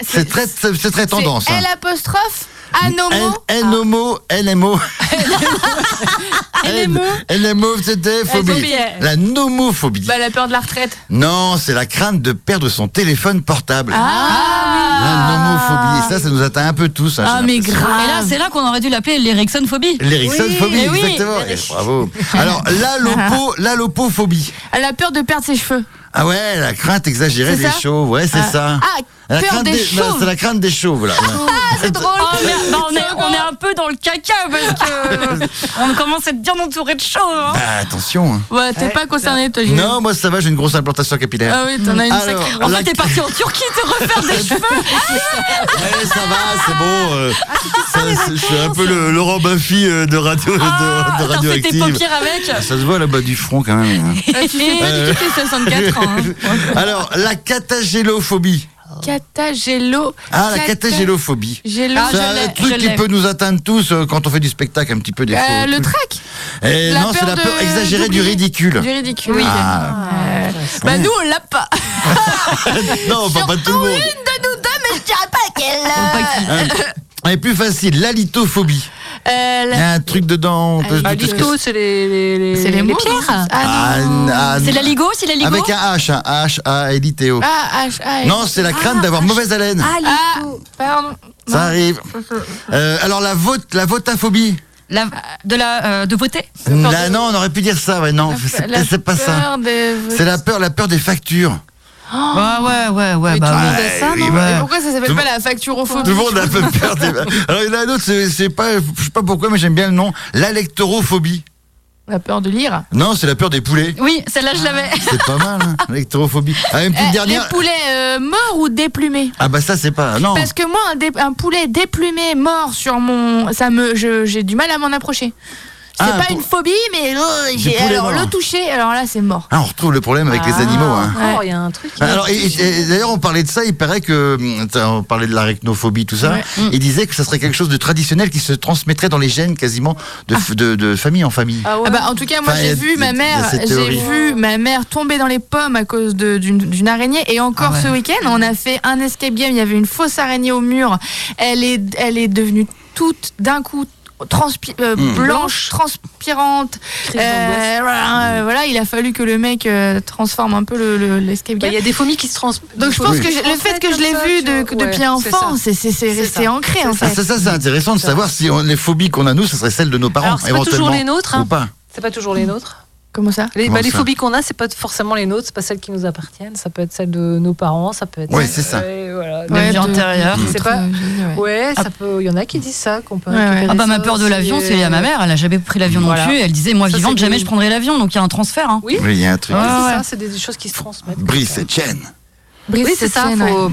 c'est très c'est c'est très
C'est
tendance. hein.
L apostrophe anomo.
N- NOMO, LMO. N- LMO, c'était phobie.
phobie, ouais.
La nomophobie.
Bah la peur de la retraite.
Non, c'est la crainte de perdre son téléphone portable.
Ah,
La nomophobie. Et ça, ça nous atteint un peu tous. hein,
Ah,
j'ai l'impression.
Et là, c'est là qu'on aurait dû l'appeler l'Ericksonphobie.
L'Ericksonphobie,
Oui, oui,
exactement. Eh, bravo. Alors, l'alopo, l'alopophobie.
Elle a peur de perdre ses cheveux.
Ah ouais, la crainte exagérée
C'est
des
ça
chauves. Ouais, c'est ça.
Ah,
La
peur
crainte
des
non,
chauves. Ah,
C'est la crainte des chauves, là.
c'est drôle.
Oh, merde, bah, on, est, on est un peu dans le caca parce que euh, on commence à être bien entouré de chaud. hein.
Ah, attention. hein.
Ouais, t'es pas concerné toi. Gilles.
Non, moi, ça va, j'ai une grosse implantation capillaire.
Ah oui, t'en as une
Alors,
sacrée.
En
la-
fait, t'es parti en Turquie te refaire des cheveux.
Ouais, ça va, c'est bon. euh,
Ah,
ça, c'est- je suis un peu le Laurent Baffy euh, de radio,
Ah,
de- de,
T'as fait tes
radioactive. Ah,
paupières avec.
Ça se voit là-bas du front quand même. hein.
Euh, tu sais pas du tout tes 64 ans. hein.
Alors, la catagélophobie.
Catagélo.
Ah, la
Cata-
catagélophobie.
Gélo.
Ah,
C'est
je
un
l'ai,
truc
je
qui
l'ai.
peut nous atteindre tous euh, quand on fait du spectacle un petit peu des
Euh,
fois.
le trac
Et
la
non, c'est
peur
la
de-
peur exagérée du
d'oublier.
ridicule.
du ridicule. Oui.
Ah.
Bah nous on l'a pas.
Non, pas, pas tout le monde.
Mais je dirais pas Ah, laquelle.
euh,
Hein. Et plus facile, l'alitophobie.
Euh,
Il y
la- Ah,
a un truc dedans. on peut-
Bah,
tout ce que-
Lito, c'est les, les, les,
C'est les mots.
pierres.
Ah,
Ah,
non.
ah,
C'est la ligo, c'est la ligo.
Avec un H, hein, un H, A, L, I, T, O.
Ah, H, A, L.
Non, c'est la crainte d'avoir mauvaise haleine.
Ah, pardon.
Ça arrive. Euh, alors la vote, la votaphobie.
La- de la euh, de voter.
Là, non, on aurait pu dire ça, mais non, c'est
La
c'est pas ça.
peur des-
C'est la peur, la peur des factures.
ouais, ouais, ouais, ouais.
tout le
Bah,
monde a ça,
oui,
non
bah.
Et Pourquoi ça
Tout
s'appelle
le
pas la facturophobie
Tout le monde a un peu peur des. Alors il y en a un autre, c'est c'est pas, je sais pas pourquoi, mais j'aime bien le nom. L'alectorophobie.
La peur de lire.
Non, c'est la peur des poulets.
oui, celle-là je l'avais.
C'est pas mal, hein, l'électorophobie. Ah, une petite
Eh,
dernière.
Les poulets euh, morts ou déplumés
Ah bah ça c'est pas. Non.
Parce que moi, un, dé- un poulet déplumé mort sur mon, ça me, je- j'ai du mal à m'en approcher. C'est
Ah,
pas
pour-
une phobie, mais euh, j'ai-
poulet
alors
mort.
le toucher, alors là c'est mort.
Ah, on retrouve le problème avec les animaux. Hein.
Encore, Oh, il y a un truc.
Alors, et- et- et d'ailleurs, on parlait de ça. Il paraît que hum, t'as- on parlait de l'arachnophobie, tout ça. Il disait que ça serait quelque chose de traditionnel qui se transmettrait dans les gènes quasiment de, f- de, de famille en famille.
Ah ouais.
Ah bah, en tout cas, moi
Enfin, il y
j'ai
a-
vu ma
il y a
mère,
cette
j'ai
théorie.
vu ma mère tomber dans les pommes à cause de- d'une d'une araignée. Et encore
Ah ouais.
ce week-end, on a fait un escape game. Il y avait une fausse araignée au mur. Elle est, elle est devenue toute d'un coup. transpi- euh,
Hmm.
blanche, transpirante.
Crise d'angoisse.
Euh,
Hmm.
voilà, euh, voilà, il a fallu que le mec euh, transforme un peu l'escape le, l'escape
Bah,
game.
Il y a des phobies qui se trans.
Donc je pense
Oui.
que je- le fait que je l'ai
Comme ça,
vu
tu
de-
vois.
depuis
Ouais,
enfant, c'est c'est- c'est
C'est
resté
ça.
ancré en
Ah,
fait.
ça, ça, c'est intéressant de savoir si on- les phobies qu'on a, nous, ce serait celles de nos parents,
Alors, c'est pas
éventuellement.
toujours les nôtres, hein.
Ou pas.
C'est pas toujours les nôtres.
Comment ça
Les,
Comment
bah, les
ça
phobies qu'on a, c'est pas forcément les nôtres, c'est pas celles qui nous appartiennent. Ça peut être celles de nos parents, ça peut être.
Ouais,
celles-
c'est ça.
Ouais, voilà.
La
Ouais,
vie
de-
antérieure.
C'est pas.
Ouais.
Ouais, ça peut. Il y en a qui disent ça, qu'on peut.
Ouais, ouais.
récupérer
Ah bah ma
ça
peur de
aussi,
l'avion,
euh,
c'est à ma mère. Elle a jamais pris l'avion
Voilà.
non plus. Elle disait moi
Ça,
vivante
c'est
jamais
des-
je prendrai l'avion. Donc il y a un transfert. hein.
Oui,
Oui, il y a un truc.
c'est
Ah ouais.
ça, c'est des, des choses qui se transmettent.
Brice et Chen.
Brice,
Oui, c'est ça.
Etienne, ouais.
Faut...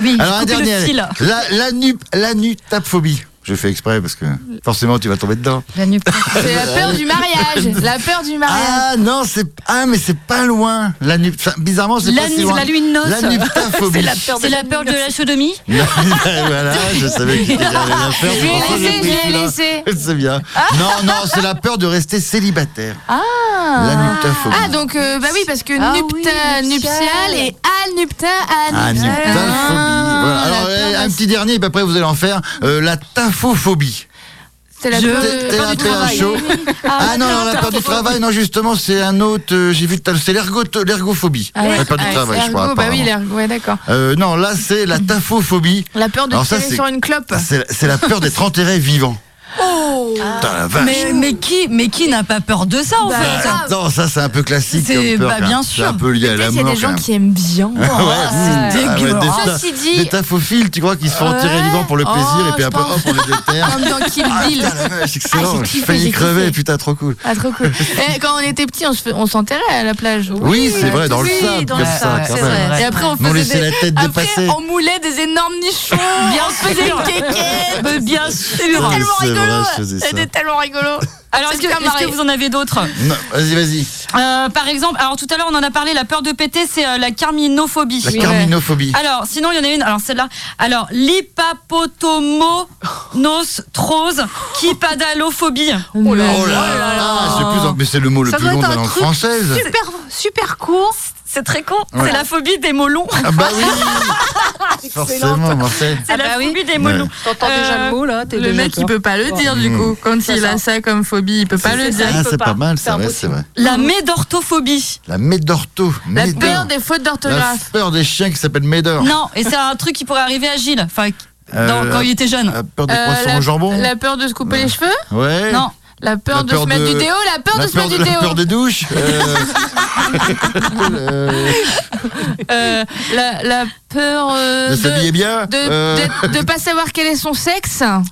Oui.
Alors,
j'ai
un
coupé le
dernier.
fil.
La, la, nu, la nutaphobie. Je fais exprès parce que forcément, tu vas tomber dedans.
La nuque.
C'est la peur du mariage. La peur du mariage.
Ah non, c'est ah mais c'est pas loin. La nu, enfin, bizarrement, c'est
La
pas si
nu-
loin.
la lune noce.
La nuptaphobie.
C'est la peur de
C'est la peur de la sodomie.
Non, ben voilà, je savais que tu allais la faire.
Je vais
c'est pour ça que j'ai pris
laisser, je vais
celui-là.
laisser.
C'est bien. Non, non, c'est la peur de rester célibataire. Ah La nuptaphobie.
Ah donc euh, bah oui parce que
Ah
nupta
oui,
nuptial
nuptial.
et al nupta al
Ah, nuptaphobie. Voilà.
Ah,
Alors,
la
euh,
peur
un
de-
petit dernier, puis après vous allez en faire. Euh, la taphophobie.
C'est la
Je-
peur
T'es-
de-
t'es
peur
un
du
peu un
travail.
chaud. Ah non, non,
la
la peur du
taphophobie.
travail, non, justement, c'est un autre. euh, J'ai vu tout à l'heure, c'est l'ergoto- l'ergophobie.
Ah ouais.
La peur du
Ah,
travail, je
ergo,
crois.
Bah oui,
apparemment.
l'ergo, ouais, d'accord.
Euh, non, là, c'est la taphophobie.
La peur de
Alors ça,
tirer
c'est-
sur une clope.
C'est c'est la peur d'être enterré vivant. Putain, la vache.
Oh. Mais, mais qui, mais qui n'a pas peur de ça en
Bah,
fait
grave.
non, ça c'est un peu classique.
C'est-
comme peur,
bah,
quand
bien
même.
sûr.
C'est un peu lié à
Peut-être
la
qu'il y a
mort.
des gens
quand
qui aiment Oh, bien.
même. Ouais, mmh.
c'est
Ah ouais,
dégueulasse.
des tas-
Ceci dit-
Des tas faux fils, tu crois, qui se font
Ouais.
tirer vivants pour le plaisir
Oh,
et puis
je
après
pense.
hop, on les déterre.
Comme dans Kill
Ah,
Bill.
putain, la vache, excellent,
Ah, j'ai
j'ai
kiffé,
failli
j'ai
crever,
kiffé.
putain, trop cool.
Ah, trop cool. Eh, quand on était petits, on, se fait- on s'enterrait à la plage.
Oui, c'est vrai, dans le
oui,
sable,
dans
comme
le
ça,
sable,
quand
c'est
même.
vrai. Et après, on
Mais on
faisait
laissait
des...
la tête dépasser.
Après, on moulait des énormes nichons.
Bien
on se faisait
sûr.
une quéquette.
Mais bien
C'était
sûr.
Ouais,
tellement
c'est
rigolo.
vrai, je faisais ça.
C'était tellement rigolo.
Alors, est-ce que,
Ça me fait
est-ce que vous
marrer.
en avez d'autres
Non, Vas-y, vas-y.
Euh, Par exemple, alors tout à l'heure, on en a parlé, la peur de péter, c'est euh, la carminophobie.
La carminophobie.
Alors, sinon, il y en a une. Alors, celle-là. Alors, l'hypapotomonostrose kipadalophobie.
Oh là
Oh là là, c'est plus en- mais c'est le mot le
Ça
plus
doit
long de
être
la
un
langue
truc
française.
Super, super court.
C'est très con.
Ouais.
C'est la phobie des mots longs.
Ah bah oui, forcément, Ah Marcel.
C'est la
bah oui.
phobie des mots
Ouais.
longs.
T'entends
Euh,
déjà le mot là t'es
Le
déjà
mec,
peur.
il peut pas le dire du
Mmh.
coup. Quand
C'est
il a ça comme phobie, il peut pas le
C'est
dire.
ça.
Ah,
peut
c'est
pas.
pas mal,
C'est
c'est vrai,
impossible.
c'est vrai.
La médorthophobie.
La médorto.
La
Médor.
peur des
La
fautes d'orthographe.
peur des chiens qui s'appelle Médor.
Non, et c'est un truc qui pourrait arriver à Gilles. Enfin, dans-
Euh,
quand il était jeune.
La peur des
Euh,
poissons
la-
au jambon.
La peur de se couper les cheveux
Ouais.
Non.
La peur
La
de
peur
se mettre
de-
du déo La peur
La
de se mettre
peur, de,
du
la
déo
peur des douches. euh, euh,
Euh, la, la peur euh,
de s'habiller
de,
bien.
de,
euh,
de- de pas savoir quel est son sexe.
ah,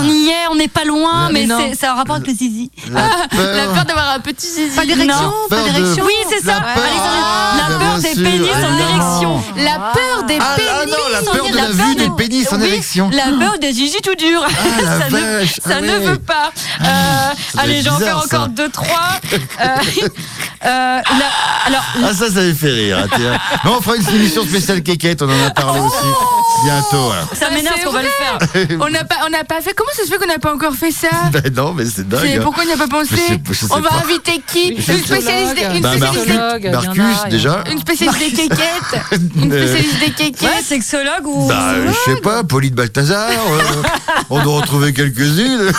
On y est, on n'est pas loin, mais,
mais non.
c'est, c'est un rapport avec le zizi.
la peur,
La peur d'avoir un petit zizi.
Pas d'érection,
Non. pas
pas
Peur de- d'érection.
d'érection.
Oui, c'est ça.
La peur,
Alexandre,
ah,
la
bah, bien
peur des
sûr,
pénis en
évidemment.
érection.
La peur des
Ah,
pénis.
ah non, la peur
en
de la
érection.
vue des pénis en
Oui,
érection.
La peur des zizi tout dur.
Ah, la
ça ne,
vache,
ça
ah
ne
ouais.
veut pas. Euh,
doit
allez,
être
j'en fais
bizarre, ça.
encore deux, trois. Euh, euh, la- alors,
Ah ça, ça avait fait rire. hein, tiens. Mais on fera une émission spéciale quéquette, on en a parlé
Oh
aussi bientôt. hein.
ça
Ouais,
m'énerve
Ah, c'est
qu'on va le faire.
On n'a pas, on n'a pas fait. Comment ça se fait qu'on n'a pas encore fait ça
Ben non, mais c'est
C'est-
dingue. hein.
Pourquoi on n'y a pas pensé
Je sais pas, je sais
On va
pas.
inviter qui Une spécialiste, des- une
Bah, Mar-
spécialiste, des-
psychologue, il y en a, il y
Marcus
en a.
déjà.
une spécialiste des quéquettes. Une
Euh,
spécialiste des
Ouais,
quéquettes.
sexologue ou.
Bah, euh, je sais pas, Pauline Balthazar, euh, on doit en trouver quelques-unes.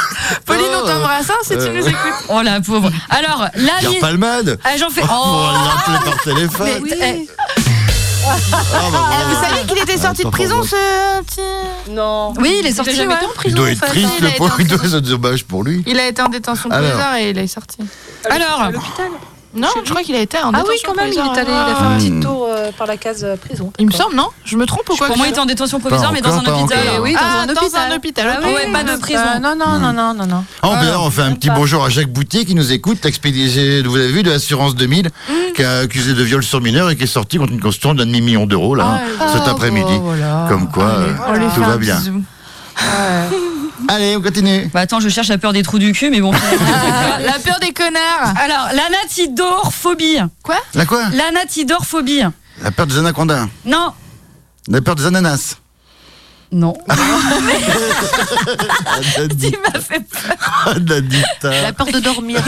Pauline, on
Oh,
t'embrasse hein, si tu
euh,
nous écoutes.
Oh la pauvre. Alors, la
Pierre
li-
Palmade,
Ah, j'en fais. Oh.
on va l'appeler par téléphone.
Mais, eh,
Ah, bah,
Eh, Vous
voilà.
savez qu'il était sorti de
attends,
prison,
pardon.
ce petit.
Non.
Oui, il est
Il a
sorti.
jamais
ouais.
été en
il
prison.
doit
en
être
fait.
triste,
il a
le
été
pauvre,
en
il doit être dommage pour lui.
Il a été en détention
Alors.
provisoire et il est sorti.
Alors,
Non, je crois qu'il a été en
Ah
détention
oui, quand même, il est
provisoire.
allé, il a fait
Ah.
un petit tour euh, par la case euh, prison.
Il me semble, non Je me trompe ou quoi
pour moi, il était en détention provisoire,
Pas
mais dans un
encore, pas
hôpital.
encore.
Oui, dans
Ah,
un hôpital.
hôpital,
Ah
ok.
ouais, pas de prison.
Euh, non, non, non, non, non, non.
Ah, on, peut- on fait un petit bonjour à Jacques Boutier qui nous écoute, l'expédié, vous avez vu, de l'assurance 2000,
Mmh.
qui a accusé de viol sur mineur et qui est sorti contre une constitution d'un demi-million d'euros, là, hein,
Ah,
cet après-midi. Comme quoi, euh,
lui
tout
fait
va
un
bien.
bisou.
Allez, on continue.
Bah attends, je cherche la peur des trous du cul, mais bon.
Ah, la peur des connards.
Alors, l'anatidorphobie.
La quoi
L'anatidorphobie.
La peur des anacondas.
Non.
La peur des ananas.
Non.
Ah,
Anadita.
Il m'a fait peur.
La peur de dormir,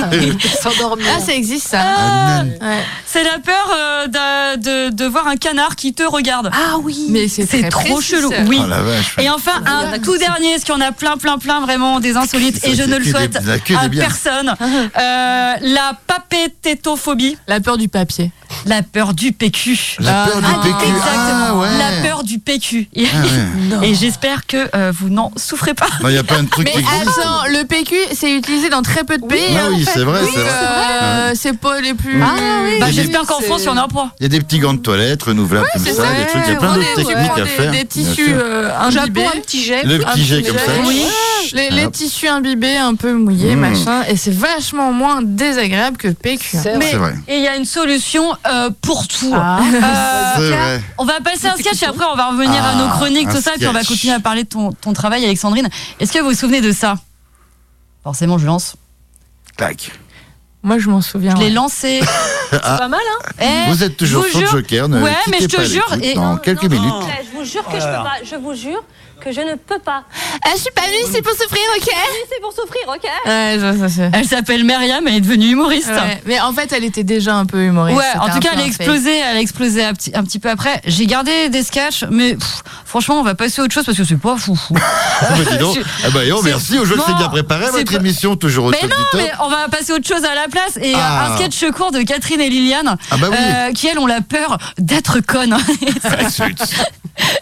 s'endormir.
Ah, ça existe ça.
Anan-
Ouais.
C'est la peur euh, d'a- de, de voir un canard qui te regarde.
Ah oui.
Mais c'est
C'est
très
trop
précis,
chelou.
ça.
Oui.
Oh la vache.
Et enfin, un tout dernier, parce qu'il y en a plein, plein, plein, vraiment des insolites,
Ça,
et je
c'est
ne le
que des-
souhaite
la queue des
à
biens.
personne. Euh, la papététophobie,
La peur du papier.
la peur du PQ.
La
Ah,
peur
non.
du PQ. Ah
Exactement,
ouais.
la peur du PQ. Et,
Ah ouais.
et j'espère que euh, vous n'en souffrez pas.
Non, il y a plein de trucs
Mais
qui existent.
attends, le PQ, c'est utilisé dans très peu de pays.
Ah
hein.
oui, c'est vrai,
Donc,
c'est vrai.
euh, c'est pas les plus.
Ah
oui,
Bah,
Et
j'espère qu'en France, il y en a un point.
Il y a des petits gants de toilette renouvelables comme
c'est
ça,
ça.
des trucs, il y a
On
plein
prend
d'autres
des- on
techniques à
prend des-
faire.
Des
bien
tissus
sûr.
euh,
Un
imbibés.
Japon, un petit jet.
Le
un
petit jet
petit
comme
jet.
ça.
Oui. Les, les
Hop.
tissus imbibés un peu mouillés,
Mmh.
machin, et c'est vachement moins désagréable que le PQ.
C'est
Mais-
C'est vrai.
Et il y a une solution euh, pour tout.
Ah.
Euh,
C'est vrai.
on va passer à un sketch et après on va revenir à
Ah,
nos chroniques,
un
tout ça, et puis on va
sketch.
continuer à parler de ton, ton travail, Alexandrine. Est-ce que vous vous souvenez de ça Forcément, je lance.
Clac.
Moi, je m'en souviens.
Je l'ai
ouais.
Ah,
lancé.
Pas mal, hein
Eh,
vous êtes toujours
je vous
sur le
jure-
Joker. ne
Ouais,
quittez
mais je te
pas les
jure,
trucs
et-
Dans
non,
quelques minutes.
Je vous jure que je peux pas. Je vous jure que je ne peux pas.
Oh
Ah,
Ah, je suis pas venue ici pour souffrir, ok
C'est pour souffrir, ok
Ah, Ouais, je vois ça, c'est-
Elle s'appelle Myriam, elle est devenue humoriste.
Ouais, Mais en fait, elle était déjà un peu
Ouais,
humoriste.
en
c'était
tout
un
cas,
peu
elle a
un fake.
explosé, elle a explosé un petit, un petit peu après. J'ai gardé des sketchs, mais pff, franchement, on va passer à autre chose parce que c'est pas fou. fou.
Ah, bah, dis donc. Ah, bah, et oh,
c'est-
merci. Aujourd'hui, c'est
Non,
bien préparé.
c'est
Votre
pas-
émission, toujours au
Mais
top du
Non,
top.
mais on va passer à autre chose à la place et euh,
Ah.
un sketch court de Catherine et Liliane,
Ah, bah oui.
euh, qui elles ont la peur d'être connes.
Ah, zut.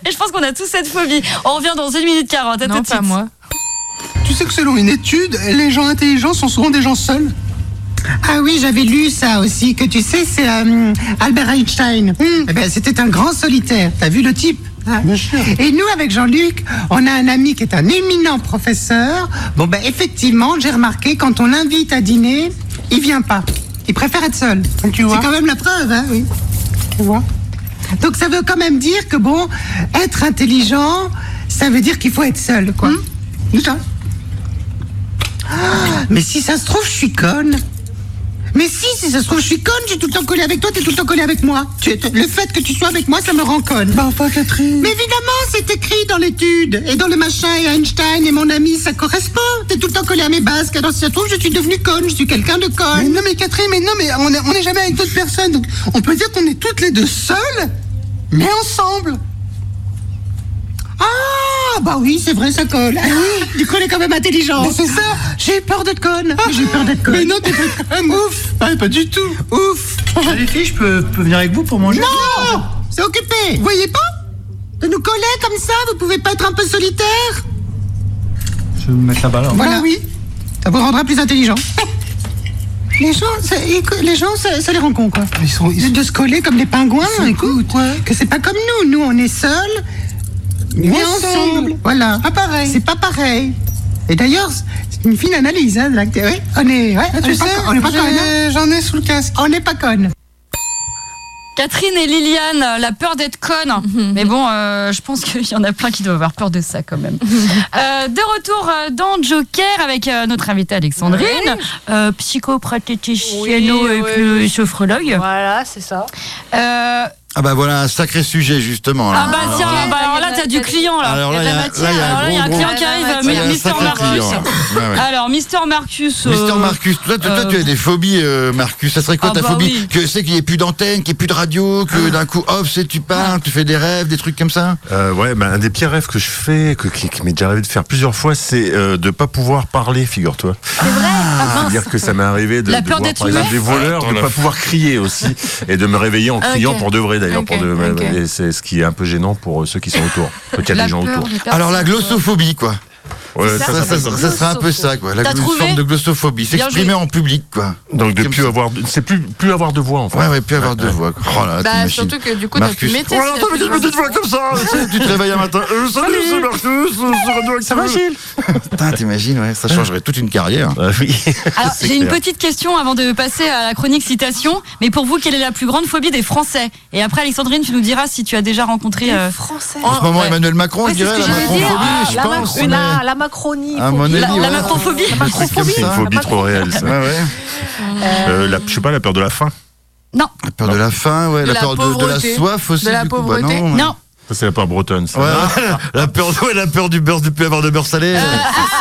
Et je pense qu'on a tous cette phobie. On revient dans une minute quarante. À
Non,
tout de
pas
suite.
moi.
Tu sais que selon une étude, les gens intelligents sont souvent des gens seuls.
Ah oui, j'avais lu ça aussi, que tu sais, c'est euh, Albert Einstein. Eh ben, C'était un grand solitaire, t'as vu le type hein Et nous, avec Jean-Luc, on a un ami qui est un éminent professeur. Bon, ben effectivement, j'ai remarqué, quand on l'invite à dîner, il vient pas. Il préfère être seul. C'est quand même la preuve, hein, oui. Tu vois Donc ça veut quand même dire que, bon, être intelligent, ça veut dire qu'il faut être seul, quoi.
Hmm.
D'accord. Ah, mais si ça se trouve, je suis conne. Mais si, si ça se trouve, je suis conne, j'ai tout le temps collé avec toi, t'es tout le temps collé avec moi. Tu- t- le fait que tu sois avec moi, ça me rend conne. Bah enfin, Catherine. Mais évidemment, c'est écrit dans l'étude. Et dans le machin, et Einstein et mon ami, ça correspond. T'es tout le temps collé à mes basques. Alors si ça se trouve, je suis devenue conne, je suis quelqu'un de conne.
Mais non, mais Catherine, mais non, mais on est- on n'est jamais avec d'autres personnes. Donc on peut dire qu'on est toutes les deux seules, mais ensemble.
Ah, bah oui, c'est vrai, ça colle. Ah oui, du coup, elle est quand même intelligente.
Mais c'est ça, Ah.
j'ai peur d'être conne. j'ai peur d'être conne.
Mais non, t'es pas conne. Ouf. Ah, pas du tout. Ouf. Les filles, je peux, peux venir avec vous pour manger
Non C'est occupé Vous voyez pas De nous coller comme ça, vous pouvez pas être un peu solitaire
Je vais me mettre
hein.
là-bas.
Voilà, oui. Ça vous rendra plus intelligent. Les gens, ça, écou- les gens, ça, ça les rend cons, quoi. De- De se coller comme des pingouins, écoute. Que c'est pas comme nous. Nous, on est seuls, mais
ensemble.
ensemble. Voilà. Pas pareil. C'est pas pareil. Et d'ailleurs, c'est une fine analyse, hein, de l'acte- oui, on est, ouais,
Ah,
on
tu
est pas
sais,
con- on est pas
j'ai-
conne. J'en ai sous le casque. On n'est pas conne.
Catherine et Liliane, euh, la peur d'être conne.
Mhm.
Mais bon, euh, je pense qu'il y en a plein qui doivent avoir peur de ça quand même. Euh, de retour euh, dans Joker avec euh, notre invitée Alexandrine, euh, psychopraticienne et puis sophrologue.
Voilà, c'est ça.
Euh,
Ah bah voilà un sacré sujet justement. Oh là.
ah bah tiens,
Alors,
bah alors là t'as du client là.
Alors là, il y a- là, il y a un
Alors là, il y a un
gros,
client
gros-
qui arrive,
Là, il y a un
Mister
sacré
Marcus.
client, là. Ouais, ouais.
Alors Mister Marcus. euh,
Mister Marcus, toi, toi, toi, tu as des phobies, euh, Marcus. Ça serait quoi
Ah
ta
bah
phobie
oui. Ah.
Que c'est qu'il n'y ait plus d'antenne, qu'il n'y ait plus de radio, que d'un coup, hop, c'est tu parles, tu fais des rêves, des trucs comme ça
Euh, ouais, ben, un des pires rêves que je fais, que, qui, qui m'est déjà arrivé de faire plusieurs fois, c'est euh, de pas pouvoir parler, figure-toi.
Ah,
C'est vrai C'est-à-dire Ah, que ça m'est arrivé de,
La
de
peur
voir,
d'être
par exemple,
muet
des voleurs,
Attends,
de
la
pas
f-
pouvoir crier aussi, et de me réveiller en
Ok.
criant pour de vrai d'ailleurs.
Ok,
pour de-
ok.
et C'est ce qui est un peu gênant pour euh, ceux qui sont autour. Quand il y a
La
des gens
peur
autour.
des personnes. Alors, la
glossophobie, quoi.
Ouais,
ça, ça, ça, ça serait un peu ça, quoi. La
T'as
une
trouvé
forme de glossophobie.
Bien
S'exprimer
joué.
en public, quoi.
Donc de plus avoir, c'est plus plus avoir de voix en fait.
Ouais, ouais, plus avoir de voix. quoi. Oh là, là,
Bah,
t'imagines.
surtout que du coup, t'as
Marcus.
plus de métier,
Oh là là,
c'est
t'as
plus
une petite voix comme ça. tu sais, tu te réveilles un matin. Euh, salut,
Salut.
c'est Marcus. euh, c'est Radio
Ça va,
Action. Putain, t'imagines, ouais, ça changerait toute une carrière.
oui.
Alors,
Hein Ah C'est
j'ai une
clair.
petite question avant de passer à la chronique citation. Mais pour vous, quelle est la plus grande phobie des Français Et après, Alexandrine, tu nous diras si tu as déjà rencontré. euh,
En ce moment, Emmanuel Macron,
Ouais,
il
c'est ce
dirait
que
la macrophobie,
j'allais dire.
Ah,
je
la,
pense.
macro-
on
la,
est-
la macronie.
À mon
phobie.
avis,
la, la
ouais.
macrophobie.
La
La
macrophobie.
macrophobie.
C'est une phobie trop réelle. ça.
Ouais, Ah ouais.
Euh, la, je sais pas, la peur de la faim.
Non.
La peur de la faim, ouais,
De
la,
la
peur de, de la
pauvreté.
soif aussi.
De la
du coup, bah
pauvreté.
non, ouais.
Non.
Ça c'est la peur bretonne. Ça.
Ouais, Mmh. la- la peur, ouais, la peur du beurre, de plus avoir de beurre salé.
Euh,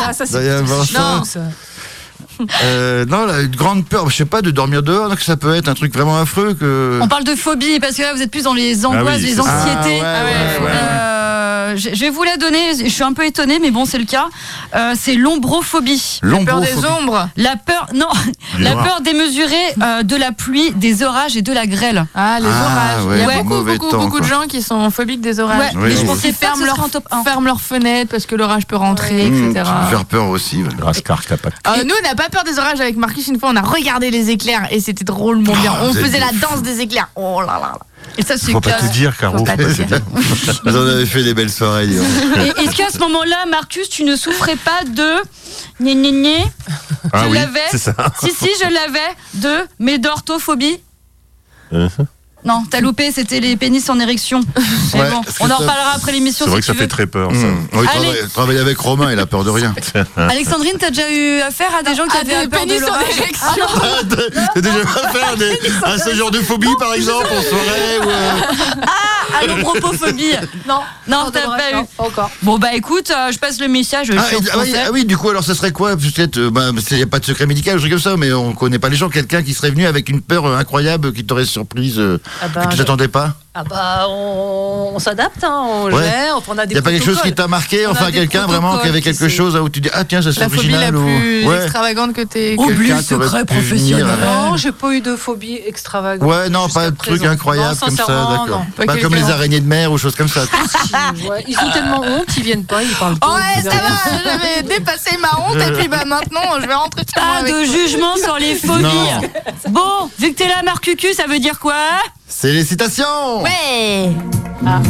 Ah, ça,
Doit y
c'est
avoir ça.
ça.
Euh, non, là, une grande peur, je sais pas, de dormir dehors, donc ça peut être un truc vraiment affreux que.
On parle de phobie parce que là, vous êtes plus dans les
oui,
angoisses, les
c'est ça.
anxiétés.
Ah ouais, ouais, ouais, ouais.
Euh, je je vais vous la donner. Je suis un peu étonnée, mais bon, c'est le cas. Euh, c'est l'ombrophobie.
La peur des
L'ombrophobie.
ombres.
La peur, non,
Du
la
noir.
peur démesurée euh, de la pluie, des orages et de la grêle.
Ah, les
Ah,
orages.
ouais,
Il y a
du
beaucoup,
mauvais
beaucoup,
temps,
beaucoup de
quoi.
gens qui sont phobiques des orages.
Ouais,
mais je
Qui
pensais pas que
ferment
ce serait
leur-
en top un.
ferment leurs fenêtres parce que l'orage peut rentrer,
Mmh,
etc.
ça peut faire peur aussi. ouais.
Rascar Capac.
Ah, nous, on n'a pas peur des orages avec Marcus. Une fois, on a regardé les éclairs et c'était drôlement bien.
Oh,
on
vous êtes
faisait
des
la
fous.
danse des éclairs. Oh là là là.
Et ça, c'est
Faut pas
classe.
te dire, Caro.
Faut pas
faut pas
te
te
dire.
dire.
Vous en avez fait des belles soirées, dis donc.
Et Est-ce qu'à ce moment-là, Marcus, tu ne souffrais pas de. Gné, gné, gné
Ah
Je
oui,
l'avais.
c'est ça.
Si, si, je l'avais. De médorthophobie
Euh,
Non, t'as loupé, c'était les pénis en érection. Mais
Ouais,
bon,
parce que
on en
ça-
reparlera après l'émission.
C'est vrai que
si
ça
tu
fait
veux.
très peur. ça.
Mmh. Oui,
Allez.
travaille- travailler avec Romain, il a peur de rien.
hein.
Alexandrine, t'as déjà eu affaire à des gens qui
Ah,
avaient
des
peur de
pénis en
l'orage
érection.
Ah non,
T'as déjà affaire à, à ce genre de phobie, par exemple, en soirée ou, euh,
à l'ombropophobie.
Non,
Non, t'as
non,
pas eu.
non, pas encore.
Bon, bah écoute, euh, je passe le message. je
Ah,
suis
et- ah oui,
euh,
français.
ah oui, du coup, alors ça serait quoi Peut-être, euh, bah, il n'y a pas de secret médical, je truc comme ça, mais on connaît pas les gens. Quelqu'un qui serait venu avec une peur euh, incroyable qui t'aurait surprise, euh,
Ah bah,
que tu
je-
t'attendais pas
Ah bah on, on s'adapte, hein, on
Ouais.
gère, on a des
y a pas quelque chose qui
protocoles.
t'a marqué,
On a
enfin
des
quelqu'un vraiment qui avait
protocoles
quelque
qui
chose où tu dis ah tiens ça c'est
La phobie la
original ou
plus
ouais.
extravagante que t'es.
Oublie
que-
le Quelqu'un t'aurait secret pu professionnel. venir, ouais.
Non, j'ai pas eu de phobie extravagante.
Ouais, non,
jusqu'à
pas de
présent.
truc incroyable
Non,
comme ça,
sincèrement, non.
d'accord. Pas comme les araignées de mer ou choses comme
Ah,
ça.
Ouais, ils ont tellement honte, ils viennent pas, ils parlent pas.
Ouais, ça va, j'avais dépassé ma honte et puis bah maintenant je vais rentrer chez moi
Pas
avec
de
toi.
jugement sur les phobies.
Non.
Bon, vu que t'es là, Marcucu, ça veut dire quoi
C'est les citations
Ouais
Ah.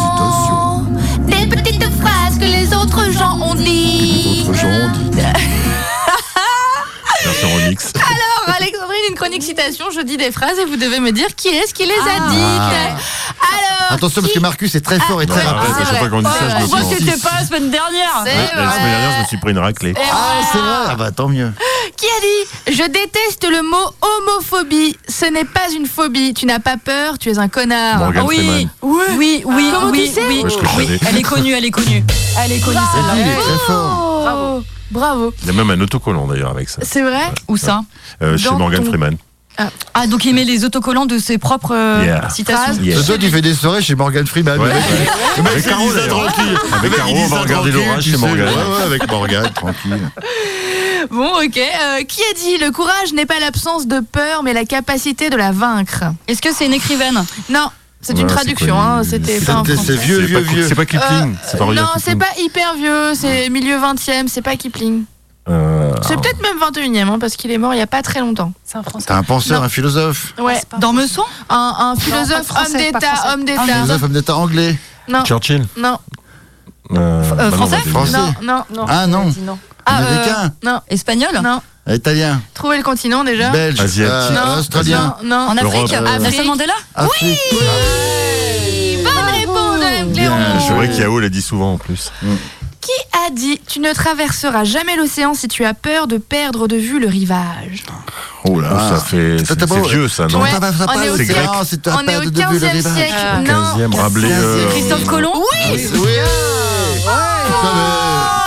Citation. Des petites phrases que les autres gens ont dit.
Alors, Alexandrine, une chronique citation, je dis des phrases et vous devez me dire qui est-ce qui les
Ah.
a dites. Alors,
Attention parce que Marcus est très fort et très
Ah,
rapide.
ouais, c'est vrai. Quand on dit ça, je me
Moi,
sens-
c'était pas la semaine dernière.
Ouais, La semaine dernière, je me suis pris une raclée.
Eh
Ah, c'est vrai Ah bah tant mieux.
qui a dit Je déteste le mot homophobie. Ce n'est pas une phobie. Tu n'as pas peur, tu es un connard.
Morgan
oui.
Freeman.
oui,
oui, oui,
Comment
oui,
tu sais
oui,
Ouais, je le
oui.
savais.
Elle est connue, elle est connue. Elle est connue,
Elle est
celle-là.
très forte.
Bravo. Bravo.
Il y a même un autocollant d'ailleurs avec ça.
C'est vrai
Où ça
Euh, chez
Dans
Morgan
ton-
Freeman.
Ah, donc il met les autocollants de ses propres euh,
Yeah.
citations.
Yeah.
Ce soir, tu fais des soirées chez Morgan Freeman.
Ouais.
Le mec, le mec,
Avec
il
Caro,
dit ça
d'ailleurs.
tranquille.
Avec
Le mec,
Caro,
il dit
on va
ça
regarder
tranquille,
l'orage
tu
chez
sais.
Morgane.
Ouais, ouais, avec Morgan, tranquille.
Bon, ok. Euh, qui a dit Le courage n'est pas l'absence de peur, mais la capacité de la vaincre
Est-ce que c'est une écrivaine
Non, c'est une
Ouais, c'est
traduction.
connu.
hein, C'était pas en
C'est
français.
c'est vieux,
C'est
vieux,
pas cou-
vieux.
c'est pas Kipling, c'est pas Rudyard
non, c'est
Kipling.
pas hyper vieux, c'est milieu 20e, c'est pas Kipling.
Euh,
Ah.
C'est peut-être même 21e, hein, parce qu'il est mort il y a pas très longtemps.
C'est un français.
T'es un penseur, un philosophe.
Ouais.
Dans Meusson
Un, un philosophe,
pas français,
homme
pas
d'État,
français.
homme d'État.
Philosophe, homme d'État anglais.
Ah, Non,
Churchill.
non,
Euh, bah non,
français
bah,
Français.
non, non, non.
Ah non,
non.
Ah,
américain.
non,
Espagnole
non.
Ah, italien,
Trouvez le continent déjà.
belge, euh,
Asiatique.
Non,
australien. euh,
Non, non.
En Afrique
Europe.
Nelson Mandela
Afrique.
Bonne réponse, Madame Cléron.
Bien,
C'est vrai qu'Yao l'a dit souvent en plus.
Qui a dit Tu ne traverseras jamais l'océan si tu as peur de perdre de vue le rivage
Ah,
Oh là, ça fait.
T'as-
C'est
t'as
c'est
pas-
vieux ça, non
Ouais, on est au
c'est grec.
quinze-
Ah, C'est à
on est
perdre
au
de vue le
15e
rivage.
siècle.
Ah,
non.
15e, Rabelais. euh,
Christophe Colomb
Oui Oh,
Oui.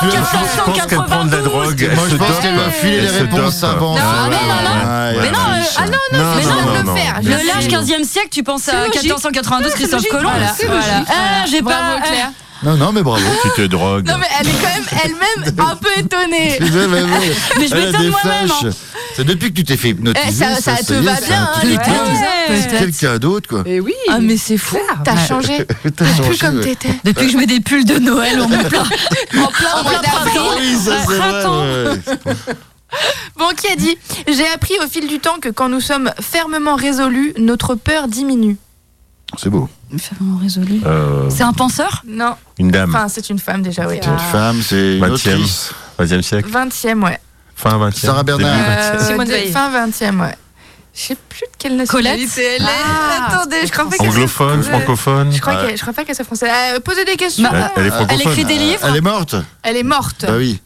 Tu as-
Je pense qu'elle prend de la drogue. elle
Moi, je
se
pense
dope,
qu'elle va filer les
elle se
réponses
dope.
avant.
Non,
Ah,
mais
ouais,
non, non.
ouais,
Mais
ouais,
non,
ouais.
euh, ah non, non,
Non,
mais
non,
non,
non,
on peut
non.
le faire.
Le
je
large
sais.
15e siècle, tu penses à
logique.
1492, Christophe
logique.
Colomb
Voilà,
Voilà.
voilà.
Ah, j'ai pas.
Bravo, Claire.
Non, non, mais bravo.
Tu te drogues.
euh, Non, mais elle est quand même elle-même un peu étonnée.
Mais
Mais je
Elle a
m'étonne
des
moi-même, hein.
flashs. C'est depuis que tu t'es fait hypnotiser.
Eh, ça, ça
ça
te
y est,
va
c'est
bien,
un
hein,
truc.
Nicolas.
Ouais.
Quelqu'un d'autre, quoi.
Et oui.
Ah, mais c'est fou.
T'as changé.
Euh. T'as
T'es plus
changé,
comme
ouais.
t'étais.
Depuis que je mets des pulls de Noël, on me plaint.
En plein mois d'avril.
Ah oui, ça c'est vrai. ouais.
Bon, qui a dit J'ai appris au fil du temps que quand nous sommes fermement résolus, notre peur diminue.
C'est beau.
Fermement résolu.
Euh,
C'est un penseur
Non.
Une dame.
Enfin, c'est une femme déjà, oui.
C'est une femme, c'est une
20e.
autrice.
20e siècle.
20e, ouais.
Fin 20e.
Sarah Bernard.
début
Euh,
20e.
Simone
de-
Veil.
Fin 20e, ouais. Je sais plus de quelle nationalité elle est.
Ah.
Attendez, je crois pas qu'elle soit
Anglophone,
française.
francophone.
Je crois, qu'elle- je crois pas qu'elle soit française. Euh, posez des questions.
Ma-
Elle, elle est francophone.
Elle écrit des livres
Elle est morte
Elle est morte.
Bah oui.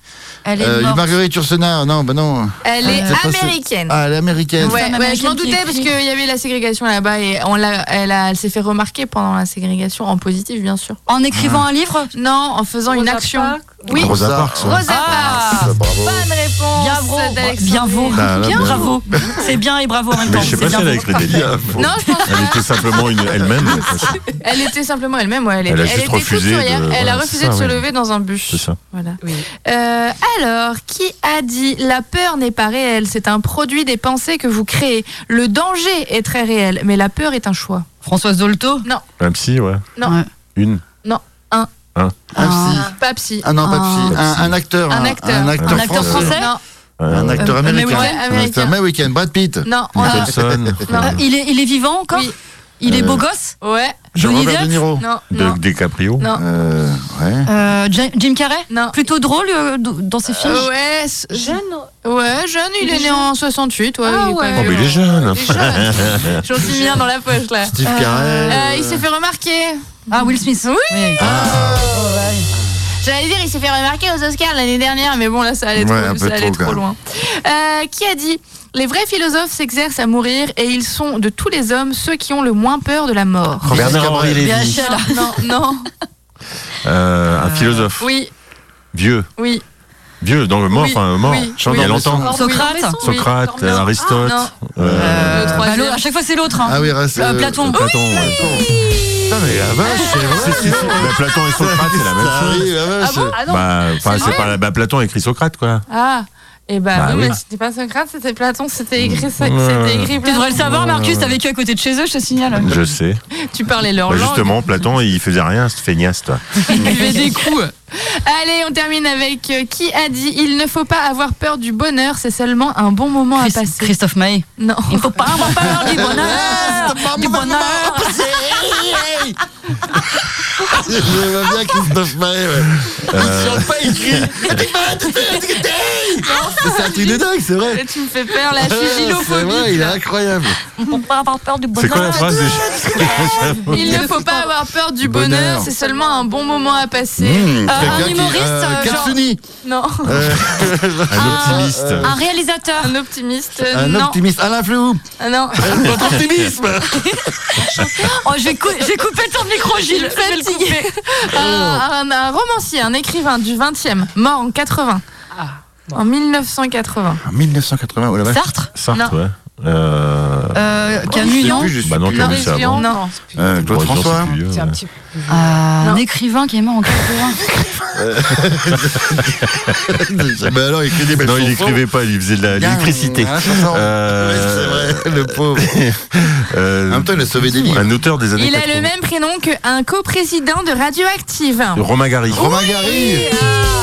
Elle
Euh,
est morte.
Marguerite Ursenard, non, bah non.
Elle est
Ah, c'est pas-
américaine.
Ah, elle est américaine.
femme
Ouais, ouais, je m'en
américaine qui
doutais parce
écrit.
qu'il y avait la ségrégation là-bas et on l'a, elle, a- elle s'est fait remarquer pendant la ségrégation, en positif bien sûr.
En écrivant un livre
Non, en faisant une action. Oui,
Rosa
Rosa
Parks.
Parks, ouais.
Rosa
Ah.
Parks.
Bravo.
Bonne réponse.
Bien Ah, bravo.
d'Alexandre.
Bien bravo.
Bah, là,
Bien
bah,
bravo. C'est bien et bravo en même temps.
Mais je sais
Euh, C'est
pas si
bien
elle a
bravo.
écrit des livres.
Non, je pense
Elle était simplement une elle-même.
Elle était simplement elle-même, ouais, elle,
Elle
était,
a
elle
juste
était
refusé de-
couturière. Elle
voilà,
a
c'est
refusé
ça,
de se
ouais.
lever dans un bus.
C'est ça.
Voilà.
Oui.
Euh, alors, qui a dit La peur n'est pas réelle, c'est un produit des pensées que vous créez. Le danger est très réel, mais la peur est un choix.
Françoise Dolto
Un psy, ouais.
Non.
Ouais.
Une.
Un psy.
Pas psy.
Ah non, pas psy.
Ah.
Un, un acteur. hein.
Un acteur.
Un acteur,
Un acteur
français.
français
Non,
Un acteur
Euh,
américain.
Américain.
Un acteur américain. Brad Pitt.
non, on a.
Nicholson.
Ah, il, est, il est vivant encore
Oui.
Il est
Euh,
beau gosse
Ouais,
Johnny
Jean-Robert De
Depp
Niro.
non, non.
De, DiCaprio.
Non.
Euh, ouais.
Euh, Ja- Jim Carrey
Non.
Plutôt drôle euh, d- dans ses films
Euh, ouais, s-
Jeune.
ouais, jeune, il,
Il
est,
est
né
jeune.
en 68. Ouais,
Ah
il est
ouais.
Oh,
pas
mais
vieux.
il est jeune.
Il est jeune. J'en suis bien dans la poche là.
Steve Carell.
Euh, il s'est fait remarquer. Oh,
Ah, Will Smith. Oui.
J'allais dire, il s'est fait remarquer aux Oscars l'année dernière, mais bon, là, ça allait
Ouais, un
trop,
peu
ça allait
trop,
trop
quand
loin. Euh, qui a dit Les vrais philosophes s'exercent à mourir et ils sont, de tous les hommes, ceux qui ont le moins peur de la mort.
Bernard-Henri
Bien
Lévy.
sûr.
Non, non,
Euh, un philosophe.
oui,
Vieux.
oui.
Vieux, dans le mort, enfin, mort, il y a longtemps.
Socrate.
Socrate, Aristote.
Ah,
Ah,
euh,
Bah, l'autre, à chaque fois, c'est l'autre. hein.
Ah oui, reste,
Euh,
euh,
Platon.
Platon, ouais. Putain, Ah, mais la vache, c'est vrai. Bah, Platon et Socrate, c'est la même
Ça
chose.
arrive, la vache. Ah bon Ah non.
bah, enfin,
C'est
c'est
vrai.
pas la- bah, Platon a écrit Socrate, quoi.
Ah, et bah,
Bah
oui,
oui.
mais c'était pas Socrate, c'était Platon, c'était écrit, c'était
Ouais.
écrit
Tu devrais le savoir, Marcus,
Ouais.
t'as vécu à côté de chez eux, je te signale.
Je sais.
Tu parlais leur
Bah,
langue.
justement, Platon, il faisait rien, ce feignasse, toi.
buvait des coups. Allez, on termine avec euh, qui a dit il ne faut pas avoir peur du bonheur, c'est seulement un bon moment à passer.
Christophe Maé.
Non.
Il faut pas avoir peur du
bonheur.
du bonheur.
Je me vois bien Christophe Maé, ouais.
Euh.
Ils sont pas écrits. C'est un truc de dingue, c'est vrai.
Tu me fais peur, là, je suis
C'est vrai,
gynophobie.
il est incroyable.
Il faut pas avoir peur du
C'est quoi la
bonheur.
phrase de
Il ne faut pas avoir peur du bonheur,
Bonheur.
c'est sumement un bon moment à passer.
Mmh, très
un
bien dit.
humoriste,
Euh,
euh, genre-
Katsuni.
Non.
Euh,
Un optimiste.
Un réalisateur. Un optimiste. euh,
Un
non.
optimiste. Alain Fleuhou.
Ah Non.
Votre optimisme.
Oh, j'ai cou- j'ai coupé ton micro,
Je
Gilles.
suis fatiguée. Euh,
Euh,
Un, un- un romancier, un écrivain du 20e, mort en 80. En 1980.
En 1980, oh la vache.
Sartre
Sartre,
Non.
ouais. Euh...
Euh, Camus,
Je sais
non
plus, je sais
Bah
plus.
Camus,
Maurice
c'est avant.
Vian,
non.
Euh, Claude
Bon,
François.
c'est plus vieux, ouais.
Euh,
Oh.
un écrivain qui est mort en 80.
Mais Bah alors, il écrit des belles
Non, il
chansons.
écrivait pas, il faisait de la- de
Bien,
l'électricité.
hein, chanson.
Euh,
Ouais, c'est vrai, le pauvre.
euh,
En même temps, il a sauvé des vies.
Un auteur des années
Il a
80.
le même prénom qu'un coprésident de Radioactive.
Romain Gary.
Romain Gary.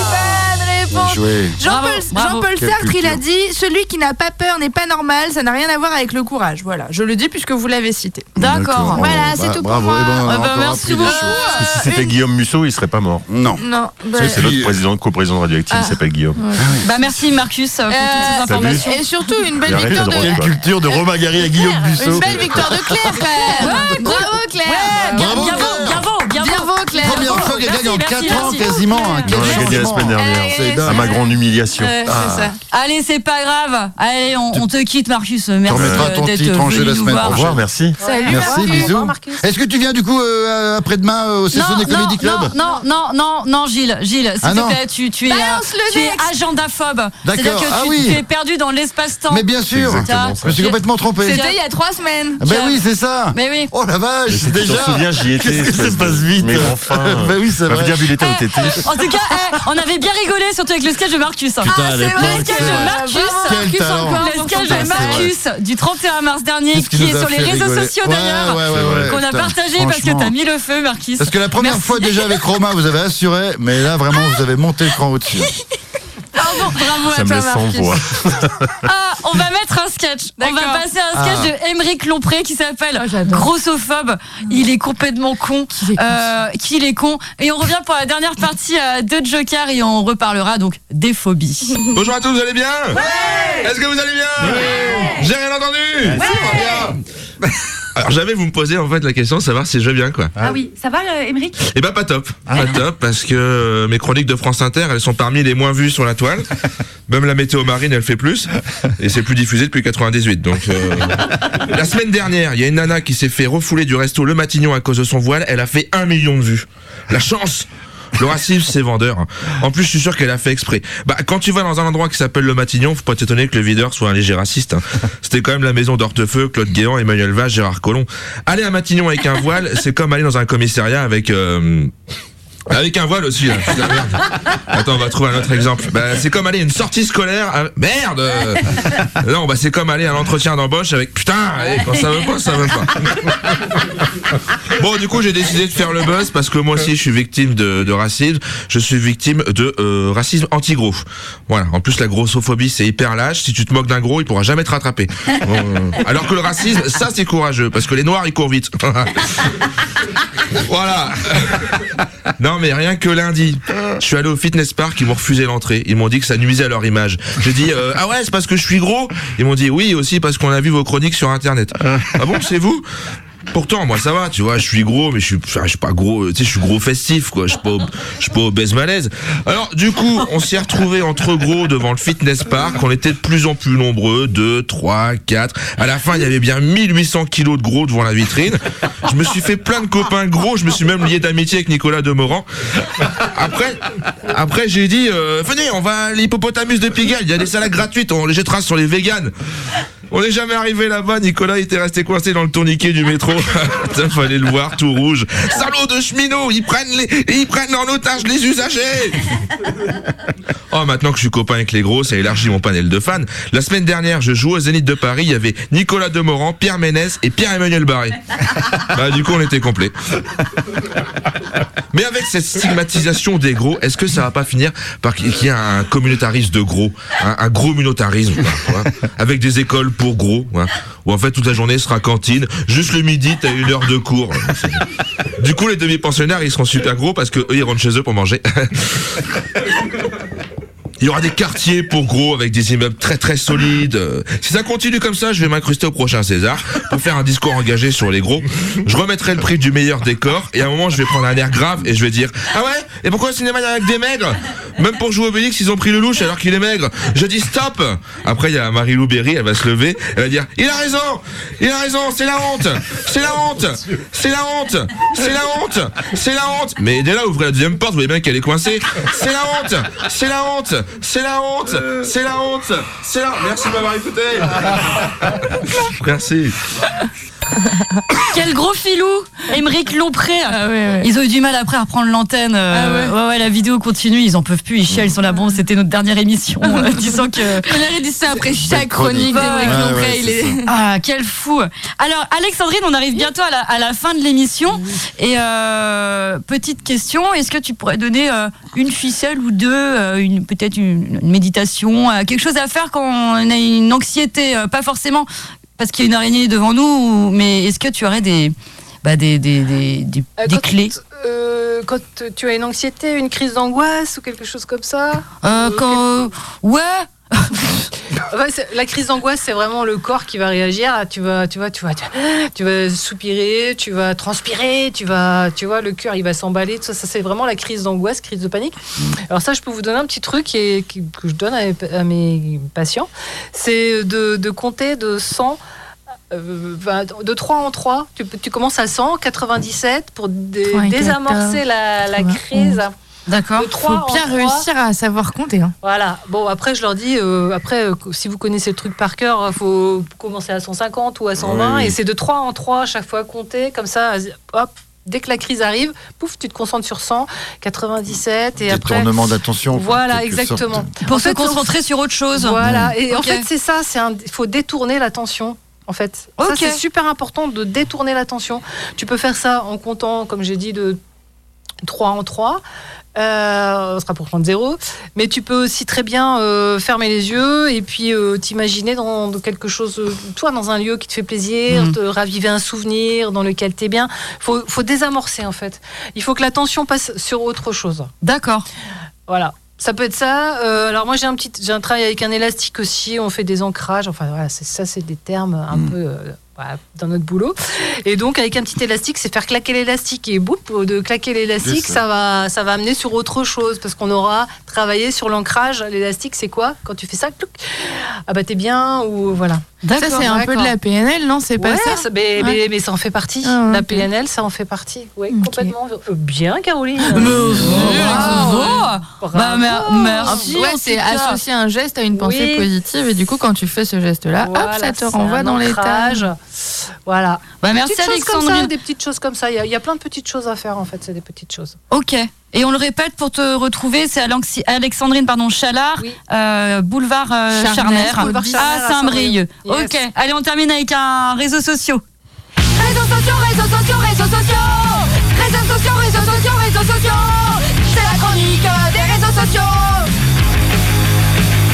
Bonne réponse.
Joué.
Jean-Paul
bravo.
Jean-Paul
Quelle
Sartre, il a
culture.
dit Celui qui n'a pas peur n'est pas normal, ça n'a rien à voir avec le courage. Voilà, je le dis puisque vous l'avez cité.
D'accord.
Voilà, c'est tout pour
bravo,
moi.
eh ben, on a
Ah bah,
encore
merci
appris des
beaucoup.
choses.
Parce que si c'était Guillaume Musso, il serait pas mort.
Non.
Non, bah,
Ça, C'est
Puis,
notre président, co-président de Radioactive, il s'appelle Guillaume.
Bah, merci, Marcus, euh, pour toutes ces
Euh,
informations.
et surtout une
Il
belle
arrête la
victoire de
drogue,
Quelle
quoi.
culture de Romain Gary à Guillaume
une
Busseau.
belle victoire de Claire quand même. Bravo Claire.
Bien,
Bravo,
bien
Claire.
vaut, bien vaut, bien
Bien
vaut.
vaut Claire.
Première fois qu'elle gagne en
merci,
4
merci.
ans quasiment. hein, quel
Non, j'ai gagné la
changement.
semaine
Eh,
dernière.
c'est
À ma
dingue.
grande humiliation.
Ouais,
Ah.
Ah.
c'est ça.
Allez, c'est pas grave. Allez, on, on te quitte, Marcus. Merci
remettras
euh,
ton
d'être
titre en jeu
venu
la
nous
semaine
voir.
Au revoir, merci.
Salut.
Merci,
Marcus.
bisous.
Marcus.
Est-ce que tu viens du coup euh, après-demain euh, au Session des Comedy Club
non, non, non, non, non, Gilles, Gilles, s'il
Ah
te
non.
plaît, tu, tu es,
Balance
euh,
le
tu es
next.
agendaphobe. C'est-à-dire
D'accord,
que tu,
ah oui.
tu es perdu dans l'espace-temps.
Mais bien sûr,
Exactement,
Ça,
je me suis complètement trompé.
C'était il y a trois semaines.
Ah, Ben oui, c'est ça.
Mais oui.
Oh la vache,
Mais si tu
déjà.
t'en souviens, j'y étais.
Qu'est-ce que
espèce
ça
de-
passe vite.
Mais enfin.
Bah oui, c'est
Bah,
vrai.
Bien vu l'état où t'étais.
En tout cas, eh, on avait bien rigolé, surtout avec le sketch de Marcus. hein.
Putain, à
c'est
l'époque,
vrai,
Le sketch
c'est
de
vrai.
Marcus.
Quel
Marcus
talent.
encore.
Le sketch
Putain,
de
c'est vrai.
Marcus du 31 mars dernier,
Qu'est-ce
qui
nous
est
a
sur les
fait
réseaux
rigoler.
sociaux
Ouais,
d'ailleurs,
ouais, ouais, ouais,
qu'on a
putain,
partagé parce que
franchement.
t'as mis le feu, Marcus.
Parce que la première
Merci.
fois déjà avec Romain, vous avez assuré, mais là vraiment, vous avez monté le cran au-dessus.
Bravo, bravo à
Ça me
toi
laisse sans
Marcus.
voix.
Ah, on va mettre un sketch. On
D'accord.
va passer à un sketch de Émeric Lompré qui s'appelle
Oh, j'adore.
Grossophobe. Il est complètement con. Euh, Qu'il est con. Et on revient pour la dernière partie euh, de Joker et on reparlera donc des phobies.
Bonjour à tous, vous allez bien Est-ce que vous allez bien J'ai rien entendu
Ah,
Ah
Très bien. Alors j'avais vous me poser en fait la question de savoir si je vais bien quoi.
Ah oui, Ah. ça va, euh, Émeric
Eh ben pas top, pas top parce que euh, mes chroniques de France Inter elles sont parmi les moins vues sur la toile. Même la météo marine elle fait plus et c'est plus diffusé depuis 98 donc. euh, La semaine dernière il y a une nana qui s'est fait refouler du resto Le Matignon à cause de son voile. Elle a fait un million de vues. La chance. Le racisme, c'est vendeur. En plus, je suis sûr qu'elle a fait exprès. Bah, quand tu vas dans un endroit qui s'appelle le Matignon, faut pas t'étonner que le videur soit un léger raciste. hein. C'était quand même la maison d'Hortefeux, Claude Guéant, Emmanuel Vache, Gérard Collomb. Aller à Matignon avec un voile, c'est comme aller dans un commissariat avec... euh, avec un voile aussi, là. Putain, merde. Attends, on va trouver un autre exemple. Bah, c'est comme aller à une sortie scolaire. à- Merde euh, Non, bah c'est comme aller à un entretien d'embauche avec. Putain eh, Quand ça veut pas, ça veut pas. Bon, du coup, j'ai décidé de faire le buzz parce que moi aussi, je suis victime de, de racisme. Je suis victime de euh, racisme anti-gros. Voilà. En plus, la grossophobie, c'est hyper lâche. Si tu te moques d'un gros, il pourra jamais te rattraper. Bon, euh, alors que le racisme, ça, c'est courageux parce que les noirs, ils courent vite. voilà. Non mais rien que lundi, je suis allé au fitness park, ils m'ont refusé l'entrée, ils m'ont dit que ça nuisait à leur image. J'ai dit euh, ah ouais c'est parce que je suis gros, ils m'ont dit oui aussi parce qu'on a vu vos chroniques sur internet. Ah bon c'est vous Pourtant, moi, ça va, tu vois, je suis gros, mais je suis, enfin, je suis pas gros, euh, tu sais, je suis gros festif, quoi. Je suis pas, ob- je suis pas obèse malaise. Alors, du coup, on s'est retrouvés entre gros devant le fitness park. On était de plus en plus nombreux, 2, 3, 4. À la fin, il y avait bien 1800 kilos de gros devant la vitrine. Je me suis fait plein de copains gros. Je me suis même lié d'amitié avec Nicolas Demorand. Après, après, j'ai dit, euh, venez, on va à l'hippopotamus de Pigalle. Il y a des salades gratuites. On les jettera sur les véganes. On n'est jamais arrivé là-bas, Nicolas était resté coincé dans le tourniquet du métro. Putain, fallait le voir tout rouge. Salaud de cheminot, ils prennent les, ils prennent en otage les usagers. Oh, maintenant que je suis copain avec les gros, ça élargit mon panel de fans. La semaine dernière, je jouais au Zénith de Paris, il y avait Nicolas Demorand, Pierre Ménès et Pierre-Emmanuel Barré. Bah, du coup, on était complet. Mais avec cette stigmatisation des gros, est-ce que ça va pas finir par qu'il y ait un communautarisme de gros, hein, un gros communautarisme, quoi, quoi, avec des écoles pour gros, quoi, où en fait toute la journée sera cantine, juste le midi t'as une heure de cours. Du coup, les demi-pensionnaires ils seront super gros parce que eux ils rentrent chez eux pour manger. Il y aura des quartiers pour gros avec des immeubles très très solides. Euh, Si ça continue comme ça, je vais m'incruster au prochain César pour faire un discours engagé sur les gros. Je remettrai le prix du meilleur décor et à un moment je vais prendre un air grave et je vais dire Ah ouais Et pourquoi le cinéma il y a avec des maigres Même pour jouer au Obélix, ils ont pris le louche alors qu'il est maigre. Je dis stop Après il y a Marie-Lou Berry, elle va se lever, elle va dire Il a raison Il a raison, c'est la honte C'est la honte C'est la honte C'est la honte C'est la honte Mais dès là, ouvrez la deuxième porte, vous voyez bien qu'elle est coincée. C'est la honte C'est la honte C'est la honte C'est la honte C'est la Merci de m'avoir écouté Merci
Quel gros filou Émeric Lompré
Ah,
Ils ont eu du mal après à reprendre l'antenne. euh, ouais. ouais, la vidéo continue, ils en peuvent plus, ils chialent sur la bombe, c'était notre dernière émission. euh, disons que.
On aurait dit ça après chaque chronique d'Éric
Ouais,
Lompré,
ouais,
il
c'est
est-
ça. Ah, quel fou Alors, Alexandrine, on arrive bientôt à la, à la fin de l'émission. Et euh, petite question, est-ce que tu pourrais donner euh, une ficelle ou deux, euh, une peut-être une, une méditation, euh, quelque chose à faire quand on a une anxiété euh, Pas forcément parce qu'il y a une araignée devant nous, ou- mais est-ce que tu aurais des, bah, des, des, des, des-
Euh,
des
quand,
clés
euh, quand tu as une anxiété, une crise d'angoisse ou quelque chose comme ça
Euh, quand- Ouais
Ouais, c'est- la crise d'angoisse, c'est vraiment le corps qui va réagir. Ah, Tu vas, tu vas, tu vas, tu vas, tu vas soupirer, tu vas transpirer, tu vas, tu vois, le cœur il va s'emballer. Tout ça, ça c'est vraiment la crise d'angoisse, crise de panique. Alors ça, je peux vous donner un petit truc et, qui- que je donne à, mes- à mes patients, c'est de, de compter de 100. euh, vingt- De 3 en 3, tu, peux- tu commences à 100, 97 pour dé-
94,
désamorcer la, la crise.
D'accord.
De 3
Faut bien
en 3.
réussir à savoir compter. hein.
Voilà. Bon, après, je leur dis, euh, après, euh, si vous connaissez le truc par cœur, faut commencer à 150 ou à 120.
Oui.
Et c'est de 3 en 3 à chaque fois compter. Comme ça, hop, dès que la crise arrive, pouf, tu te concentres sur 100, 97. Et après.
Détournement d'attention, enfin,
Voilà,
quelque sorte.
exactement.
Pour
En
se
fait,
concentrer sur autre chose.
Voilà. Et en
Ok.
fait, c'est ça. c'est un- Il faut détourner l'attention. En fait, Ça,
Ok.
c'est super important de détourner l'attention. Tu peux faire ça en comptant, comme j'ai dit, de 3 en 3. Euh, on sera pour prendre 0. Mais tu peux aussi très bien euh, fermer les yeux et puis euh, t'imaginer dans, dans quelque chose, euh, toi, dans un lieu qui te fait plaisir,
Mhm.
te raviver un souvenir dans lequel t'es bien. Faut, faut désamorcer en fait. Il faut que l'attention passe sur autre chose.
D'accord.
Voilà. Ça peut être ça. Euh, alors moi j'ai un petit, j'ai un travail avec un élastique aussi. On fait des ancrages. Enfin voilà, c'est ça, c'est des termes un
Mhm.
peu. euh, voilà, dans notre boulot et donc avec un petit élastique c'est faire claquer l'élastique et boum de claquer l'élastique
Yes.
ça va ça va amener sur autre chose parce qu'on aura travaillé sur l'ancrage l'élastique c'est quoi quand tu fais ça clouc, ah bah t'es bien ou voilà
Ça, c'est un peu de la PNL, non C'est pas
Ouais,
ça, Ouais.
mais, mais- mais ça en fait partie
Ah,
la
ok.
PNL ça en fait partie oui complètement Euh, bien Caroline Bravo.
Bah, mer-
Ah, ouais,
Ouais, c'est associer un geste à une pensée
Oui.
positive et du coup, quand tu fais ce geste-là, hop, ça
Voilà,
te
c'est
renvoie
un
dans l'étage.
ancrage. Voilà.
Bah,
Des
merci
petites choses comme
Alexandrine.
ça, Des petites choses comme ça. Il y, a- il y a plein de petites choses à faire en fait. C'est des petites choses.
Ok. Et on le répète pour te retrouver, c'est Alexi- Alexandrine pardon, Chalard, euh, boulevard euh,
Charnay,
Charner,
boulevard Charnay
à
à
Saint-Brieuc.
Saint-Brieuc. Yes.
Ok. Allez, on termine avec un réseau sociaux.
Réseaux sociaux, réseaux sociaux, réseaux sociaux Réseaux sociaux, réseaux sociaux, réseaux sociaux C'est la chronique des réseaux sociaux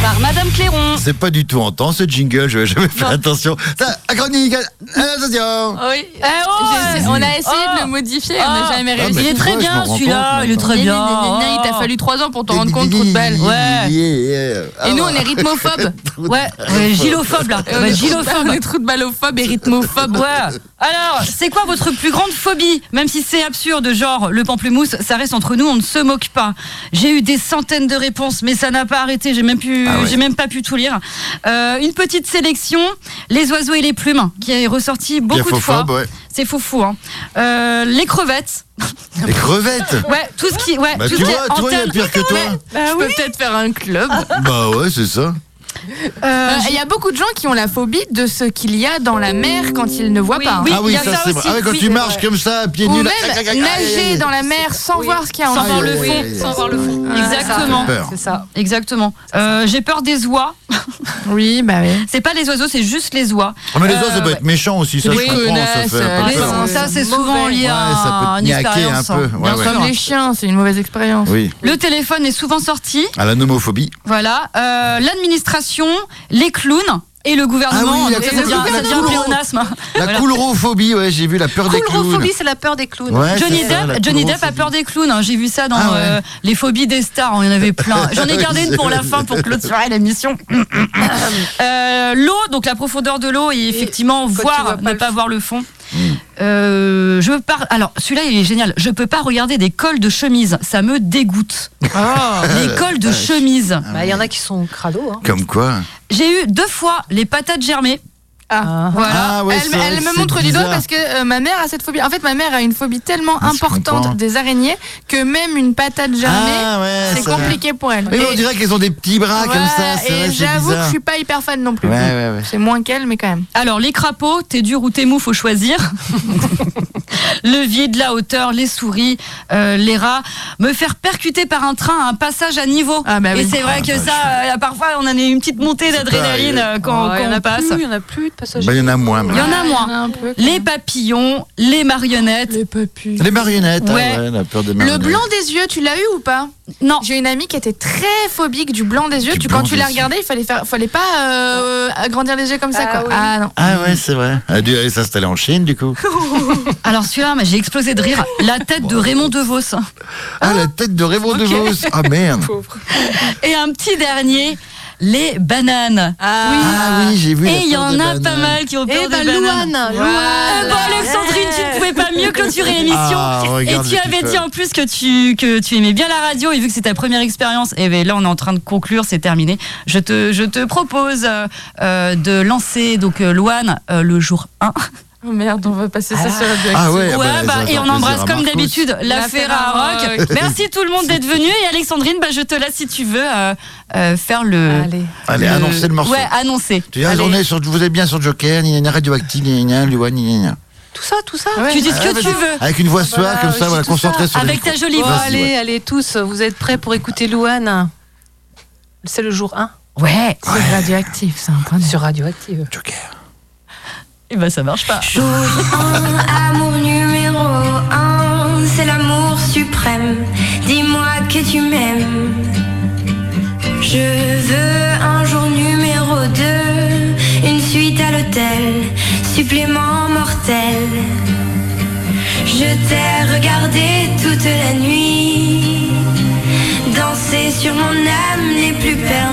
Par Madame clairon.
C'est pas du tout en temps ce jingle, je vais jamais faire attention. Ça, à chronique, à- à- attention
Oui. J'ai- on a essayé de le modifier, on n'a jamais
Ah,
réussi.
mais Il est très bien, je me rends celui-là, compte il est maintenant. très
Gna,
bien.
gna, gna, gna, Il t'a fallu 3 ans pour te rendre compte, trou de balle.
euh,
Ah
Et
Ah,
nous, on est rythmophobes.
Ouais, ouais, gilophobe là.
Et on
Ouais,
est
gilophobe.
On est trou de ballophobe et rythmophobe.
Ouais. Alors, c'est quoi votre plus grande phobie Même si c'est absurde, genre le pamplemousse, ça reste entre nous, on ne se moque pas. J'ai eu des centaines de réponses, mais ça n'a pas arrêté. J'ai même pu,
Ah
j'ai même pas pu tout lire. Euh, une petite sélection les oiseaux et les plumes, qui est ressorti beaucoup de fois.
faux-phobe, ouais.
C'est faux fou. Hein. Euh, les crevettes.
Les crevettes
Ouais, tout ce qui, ouais,
Bah,
tout
tu
ce qui
vois,
est
toi, il y a
antenne.
pire que toi.
Ouais, Bah
Je peux peut-être faire un club.
Bah ouais, c'est ça.
Euh, Il y a beaucoup de gens qui ont la phobie de ce qu'il y a dans la mer quand ils ne voient pas.
ah oui, ça, c'est vrai. Ah ouais, quand tu marches comme ça, à pieds
Ou
nus, là, tac, tac,
Ah,
tac,
même
aïe, aïe,
nager
aïe.
dans la mer sans voir ce qu'il y a en
Sans voir
dessous.
le fond, sans voir le fond. Exactement.
Ça fait peur.
C'est ça. Exactement. Euh, J'ai peur des oies. oui, bah oui. C'est pas les oiseaux, c'est juste les oies.
Ah, mais les oiseaux,
Euh,
ça peut être méchant aussi, ça,
Oui,
je comprends. Ça
connasse,
fait un peu
euh,
peur.
les-
Ça, c'est
Mauvais.
souvent lié à
Ouais, ça peut te
une
niaquer un
expérience.
peu. Ouais,
Bien
ouais.
sûr.
Comme les chiens, c'est une mauvaise expérience.
Oui,
Le téléphone est souvent sorti.
à la nomophobie.
Voilà. Euh, L'administration, les clowns et le
Ah
gouvernement.
oui, la
Donc, ça
couleur-
devient ça devient un
couleur-
pléonasme.
La
Voilà.
coulrophobie, ouais, j'ai vu la peur des clowns.
Coulrophobie, c'est la peur des clowns.
Ouais,
Johnny
c'est ça,
Depp,
la
Johnny
coulrophobie.
Depp a peur des clowns. hein. J'ai vu ça dans
Ah ouais.
euh, les phobies des stars. hein, Il y en avait plein. J'en ai gardé une pour la fin pour clôturer l'émission. Euh, l'eau, donc la profondeur de l'eau et effectivement voir, ne pas voir le fond. Hmm. Euh, je par... Alors celui-là il est génial. Je peux pas regarder des cols de chemise, ça me dégoûte. les cols de
Ouais.
chemise.
Bah, Il y en a qui sont crado. Hein.
Comme quoi
J'ai eu deux fois les patates germées. Ah, voilà.
Ah ouais,
elle
c'est vrai
elle
que
me
c'est
montre du doigt
bizarre.
parce que euh, ma mère a cette phobie. En fait, ma mère a une phobie tellement
Ah, je comprends.
importante des araignées que même une patate germée,
Ah ouais,
c'est
ça va.
compliqué pour elle.
Mais
Et-
on dirait qu'elles ont des petits bras comme
Voilà,
ça. c'est vrai,
Et
c'est
j'avoue que
bizarre.
je suis pas hyper fan non plus.
Ouais, ouais, ouais.
C'est moins qu'elle, mais quand même.
Alors, les crapauds, t'es dur ou t'es mou, faut choisir. le vide, la hauteur, les souris, euh, les rats. Me faire percuter par un train à un passage à niveau.
oui.
Et c'est vrai
Ah,
que
bah,
ça, euh, parfois, on a une petite montée d'adrénaline
pareil.
euh, quand,
Oh,
quand
y en
on
a
passe.
plus, Il y en a plus de passagers.
Bah, il y en a moins.
Il y
maintenant.
en a moins. Les papillons, les marionnettes. Les papillons.
Les marionnettes, ah
Ouais.
ouais, la peur des
Le
marionnettes.
blanc des yeux, tu l'as eu ou pas
Non.
J'ai une amie qui était très phobique du blanc des yeux. Tu, quand
blanc
tu
des
la
yeux.
regardais, il fallait, faire, fallait pas euh, agrandir les yeux comme ça. quoi. Ah non.
Ah ouais, c'est vrai. Elle a dû aller s'installer en Chine, du coup.
Alors, celui-là, mais j'ai explosé de rire. La tête de Raymond DeVos.
Ah, la tête de Raymond DeVos. Ah merde.
Et un petit dernier, les bananes.
Oui. Ah oui, j'ai vu la
Et il y
peur
en
des
a pas
bananes.
mal qui ont peur
Eh ben,
des bananes.
Louane, Louane.
Eh ben, Alexandrine, tu ne pouvais pas mieux clôturer l'émission.
Ah,
et
regarde
tu
le
avais
petit
dit en plus que tu, que tu aimais bien la radio et vu que c'est ta première expérience, et ben là on est en train de conclure, c'est terminé. Je te, je te propose euh, euh, de lancer donc euh, Louane euh, le jour 1.
Oh merde, on va passer ça sur la biographie.
Ah ouais, ah
Ouais,
bah, ça
bah,
va
et
faire
on
plaisir
embrasse
à
comme
Marcos.
d'habitude la
La
Ferrara
Ferrara
Rock. Merci tout le monde d'être venu. Et Alexandrine, bah, je te laisse si tu veux euh, euh, faire le. Allez,
Allez, annoncer le morceau.
Ouais, annoncer.
Tu dis, ah,
Allez.
on est sur, vous êtes bien sur Joker, ni radioactive, ni ni Luan, ni ni
Tout ça, tout ça.
Tu dis ce que tu veux.
Avec une voix suave, comme ça,
j'ai
voilà,
tout ça.
concentrée sur le
Avec
micro.
ta jolie
Bon,
voix.
allez, allez tous, vous êtes prêts pour écouter Louane C'est le jour 1
Ouais.
C'est radioactif, ça.
sur Radioactive.
Et bah ça marche pas.
Amour numéro un, c'est l'amour suprême. Dis-moi que tu m'aimes. Je veux un jour numéro deux, une suite à l'hôtel, supplément mortel. Je t'ai regardé toute la nuit, danser sur mon âme les plus perverses.